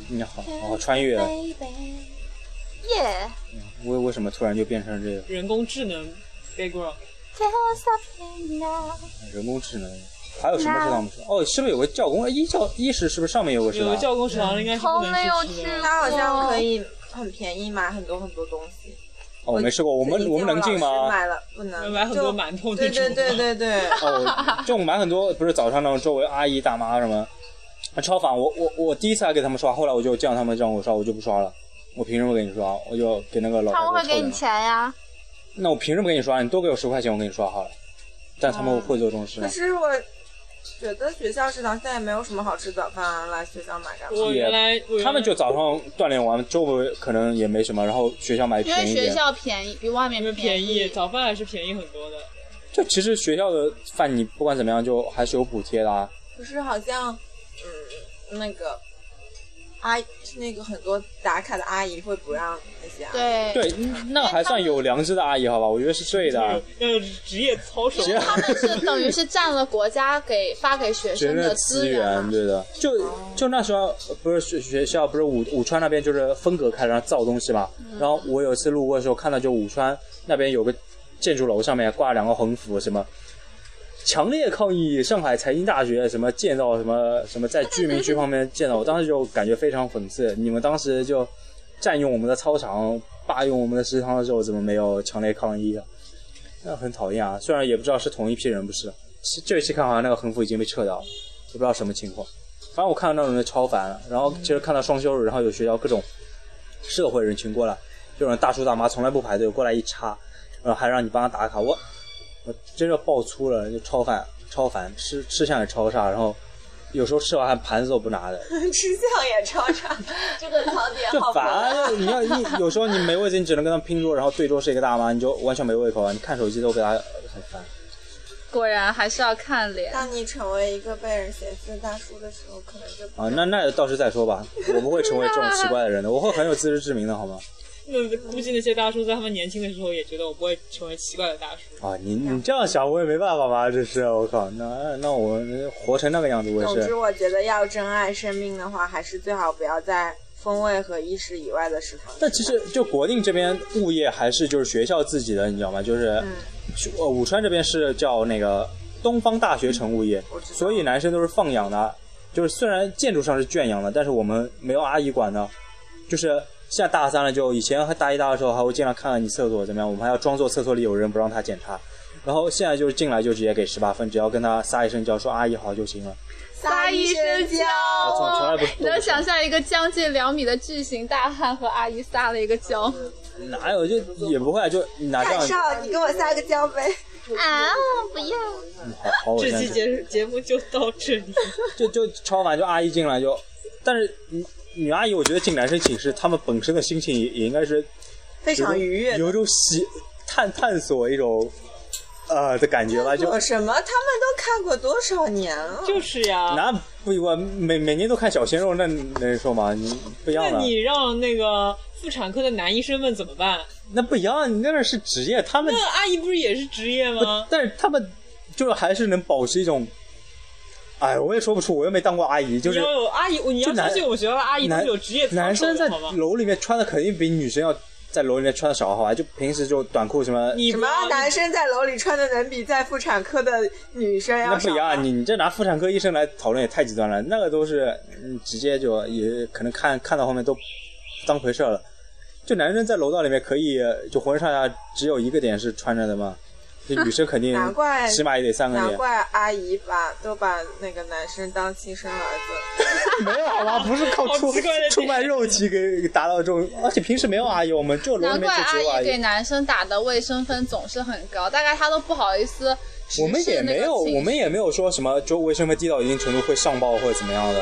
Speaker 1: 你好，哦，穿越了，
Speaker 6: 耶
Speaker 1: 为为什么突然就变成这个
Speaker 4: 人工智能 background，
Speaker 1: 人工智能？还有什么是他们说？哦，是不是有个教工？医教医师是不是上面有个是
Speaker 4: 有
Speaker 1: 吧？
Speaker 4: 个教工食堂应该是不
Speaker 6: 从没有
Speaker 4: 能去吃的。
Speaker 3: 它好像可以很便宜买很多很多东西。
Speaker 1: 哦，我没吃过，我们我们能进
Speaker 3: 老师
Speaker 1: 吗？
Speaker 3: 买了不能，
Speaker 4: 买很
Speaker 3: 就
Speaker 4: 多馒头
Speaker 3: 对
Speaker 4: 那种
Speaker 3: 对对对对，
Speaker 1: 哦，就我买很多，不是早上那种周围阿姨大妈什么，啊超烦！我我我第一次还给他们刷，后来我就叫他们让我刷，我就不刷了。我凭什么给你刷？我就给那个老太
Speaker 6: 他们
Speaker 1: 婆
Speaker 6: 会
Speaker 1: 凑
Speaker 6: 给
Speaker 1: 着
Speaker 6: 你
Speaker 1: 呢。
Speaker 6: 钱呀，
Speaker 1: 那我凭什么给你刷？你多给我十块钱，我给你刷好了。但他们会做这种事
Speaker 3: 可
Speaker 1: 吗？
Speaker 3: 是我觉得学校食堂现在没有什么好吃早饭啊，来学校买干嘛？
Speaker 4: 我原来我原来
Speaker 1: 他们就早上锻炼完，周围可能也没什么，然后学校买
Speaker 2: 因为
Speaker 1: 便宜一
Speaker 2: 学
Speaker 1: 点。
Speaker 2: 校便宜，比外面
Speaker 4: 因为便
Speaker 2: 便
Speaker 4: 宜，早饭还是便宜很多的。
Speaker 1: 就其实学校的饭你不管怎么样，就还是有补贴的啊。
Speaker 3: 可是好像，嗯，那个阿是那个很多打卡的阿姨会不让那些阿啊姨。
Speaker 2: 对，
Speaker 1: 对，那还算有良知的阿姨，好吧？我觉得是对的啊。
Speaker 4: 要有职业操守，
Speaker 1: 行
Speaker 2: 他们是等于是占了国家给发给学
Speaker 1: 学
Speaker 2: 生
Speaker 1: 生
Speaker 2: 的
Speaker 1: 的
Speaker 2: 资
Speaker 1: 资
Speaker 2: 源啊哦
Speaker 1: 源，
Speaker 2: 嘛。
Speaker 1: 对的。就就那时候呃不是学学校不是武武川那边就是分隔开，然后造东西嘛。
Speaker 2: 嗯
Speaker 1: 然后我有一次路过的时候，看到就武川那边有个建筑楼上面挂两个横幅，什么。强烈抗议上海财经大学什么建造什么什么在居民区旁边建造，我当时就感觉非常讽刺。你们当时就占用我们的操场、霸用我们的食堂的时候，怎么没有强烈抗议啊？那很讨厌啊！虽然也不知道是同一批人，不是。是这一期看好像那个横幅已经被撤掉了，也不知道什么情况。反正我看到那种人超烦了。然后其实看到双休日，然后有学校各种社会人群过来，这种大叔大妈从来不排队过来一插，然后还让你帮他打卡，我我真的爆粗了，就超烦超烦，吃吃相也超差，然后有时候吃完还盘子都不拿的，
Speaker 3: 吃相也超差，这个槽点
Speaker 1: 就烦。啊你要你有时候你没位置，你只能跟他拼桌，然后对桌是一个大妈，你就完全没胃口啊！你看手机都被他很烦。
Speaker 2: 果然还是要看脸。
Speaker 3: 当你成为一个被人嫌弃的大叔的时候，可能就
Speaker 1: 啊，那那到时再说吧，我不会成为这种奇怪的人的，我会很有自知之明的，好吗？
Speaker 4: 那估计那些大叔在他们年轻的时候也觉得我不会成为奇怪的大叔。
Speaker 1: 啊，你你这样想我也没办法嘛，这是我靠，那那我活成那个样子，我也
Speaker 3: 总之，
Speaker 1: 是。
Speaker 3: 我觉得要珍爱生命的话，还是最好不要在风味和意识以外的食堂吃饭。
Speaker 1: 但其实就国定这边物业还是就是学校自己的，你知道吗？就是，
Speaker 3: 嗯
Speaker 1: 呃，武川这边是叫那个东方大学城物业，
Speaker 3: 嗯我知道
Speaker 1: 所以男生都是放养的，就是虽然建筑上是圈养的，但是我们没有阿姨管的，就是。现在大三了，就以前还大一、大二的时候还会进来看看你厕所怎么样，我们还要装作厕所里有人不让他检查，然后现在就是进来就直接给十八分，只要跟他撒一声娇说阿姨好就行了。
Speaker 2: 撒一身娇
Speaker 3: 娇
Speaker 1: 我从从来
Speaker 2: 啊
Speaker 1: 不 是！
Speaker 2: 你能想象一个将近两米的巨型大汉和阿姨撒了一个娇？
Speaker 1: 哪有就也不会，就你拿这
Speaker 3: 大
Speaker 1: 样，
Speaker 3: 少，你给我撒个娇呗。
Speaker 2: 啊，不要！
Speaker 1: 好好我
Speaker 4: 这
Speaker 1: 现在
Speaker 4: 期节节目就到这里。
Speaker 1: 就就超凡就阿姨进来就，但是女女阿姨我觉得进男生寝室，她们本身的心情也也应该是
Speaker 3: 非
Speaker 1: 有
Speaker 3: 常
Speaker 1: 种
Speaker 3: 愉悦的。
Speaker 1: 有一种喜探探索一种呃的感觉吧， 就
Speaker 3: 做什么？他们都看过多少年了？
Speaker 4: 就是 呀，
Speaker 1: 那不一样，每每年都看小鲜肉，那能说吗？你不一样
Speaker 4: 那
Speaker 1: 了，
Speaker 4: 你让那个妇产科的男医生们怎么办？
Speaker 1: 那不一样，你那是职业，他们
Speaker 4: 那阿姨不是也是职业
Speaker 1: 不
Speaker 4: 吗，？
Speaker 1: 但是他们就是还是能保持一种，哎，我也说不出，我又没当过阿姨，就是
Speaker 4: 你要有阿姨，你要
Speaker 1: 就男
Speaker 4: 相信我们学校的阿姨都
Speaker 1: 男
Speaker 4: 是有职业操守的
Speaker 1: 男生在
Speaker 4: 好吗？
Speaker 1: 楼里面穿的肯定比女生要在楼里面穿的少，好吧？就平时就短裤什么，
Speaker 4: 你
Speaker 3: 什
Speaker 4: 不要
Speaker 3: 么啊男生在楼里穿的能比在妇产科的女生
Speaker 1: 那
Speaker 3: 要
Speaker 1: 不
Speaker 3: 少
Speaker 1: 一
Speaker 3: 吗？
Speaker 1: 样，你你这拿妇产科医生来讨论也太极端了，那个都是嗯直接就也可能看看到后面都当回事儿了。就男生在楼道里面可以，就浑身上下只有一个点是穿着的嘛，就女生肯 定
Speaker 3: 难怪
Speaker 1: 起码也得三个
Speaker 3: 难
Speaker 1: 点，
Speaker 3: 怪阿姨把都把那个男生当亲生儿子。
Speaker 1: 没有好吧？不是靠
Speaker 4: 好
Speaker 1: 出
Speaker 4: 奇怪的点
Speaker 1: 出卖肉体给给达到这种，而且平时没有阿姨，我们就楼
Speaker 2: 难
Speaker 1: 里面
Speaker 2: 怪
Speaker 1: 就只有
Speaker 2: 阿
Speaker 1: 阿
Speaker 2: 姨给
Speaker 1: 姨。
Speaker 2: 男生打的卫生分总是很高，大概她都不好意思直视
Speaker 1: 我们也
Speaker 2: 那个
Speaker 1: 没有，
Speaker 2: 寝室
Speaker 1: 我们也没有说什么，就卫生分低到一定程度会上报或者怎么样的。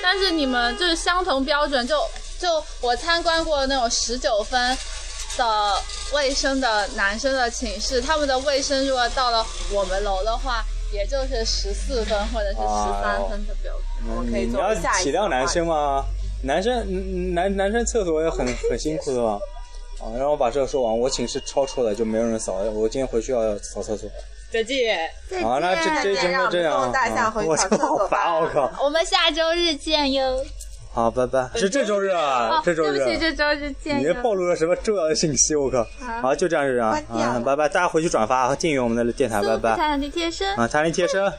Speaker 2: 但是你们就是相同标准就，就我参观过那种十九分的卫生的男生的寝室，他们的卫生如果到了我们楼的话，也就是十四分或者是十
Speaker 1: 哦
Speaker 2: 三分的标准。
Speaker 3: 我们可以
Speaker 1: 你
Speaker 3: 做
Speaker 1: 要
Speaker 3: 下一
Speaker 1: 体
Speaker 3: 次
Speaker 1: 谅男生嘛，男生嗯男男生厕所也很 很辛苦的嘛。啊，然后把这个说完，我寝室超臭的，就没有人扫了。我今天回去要扫厕所。
Speaker 4: 再见。
Speaker 1: 好，那这这节目就这
Speaker 3: 让
Speaker 1: 样
Speaker 3: 我们动大象
Speaker 1: 啊，
Speaker 3: 回
Speaker 1: 我
Speaker 3: 扫
Speaker 1: 操
Speaker 3: 厕所
Speaker 1: 好烦，
Speaker 3: 吧
Speaker 1: 我靠！
Speaker 2: 我们下周日见哟！
Speaker 1: 好，拜拜。是这周日
Speaker 3: 哦
Speaker 1: 啊，这周日啊。
Speaker 2: 周日见
Speaker 1: 你这暴露了什么重要的信息？我靠！好，就这样，就这样
Speaker 3: 关掉
Speaker 1: 啊，
Speaker 3: 了
Speaker 1: 拜拜！大家回去转发，订阅我们的电台，拜拜！
Speaker 2: 嗯的贴身
Speaker 1: 啊，弹力贴身。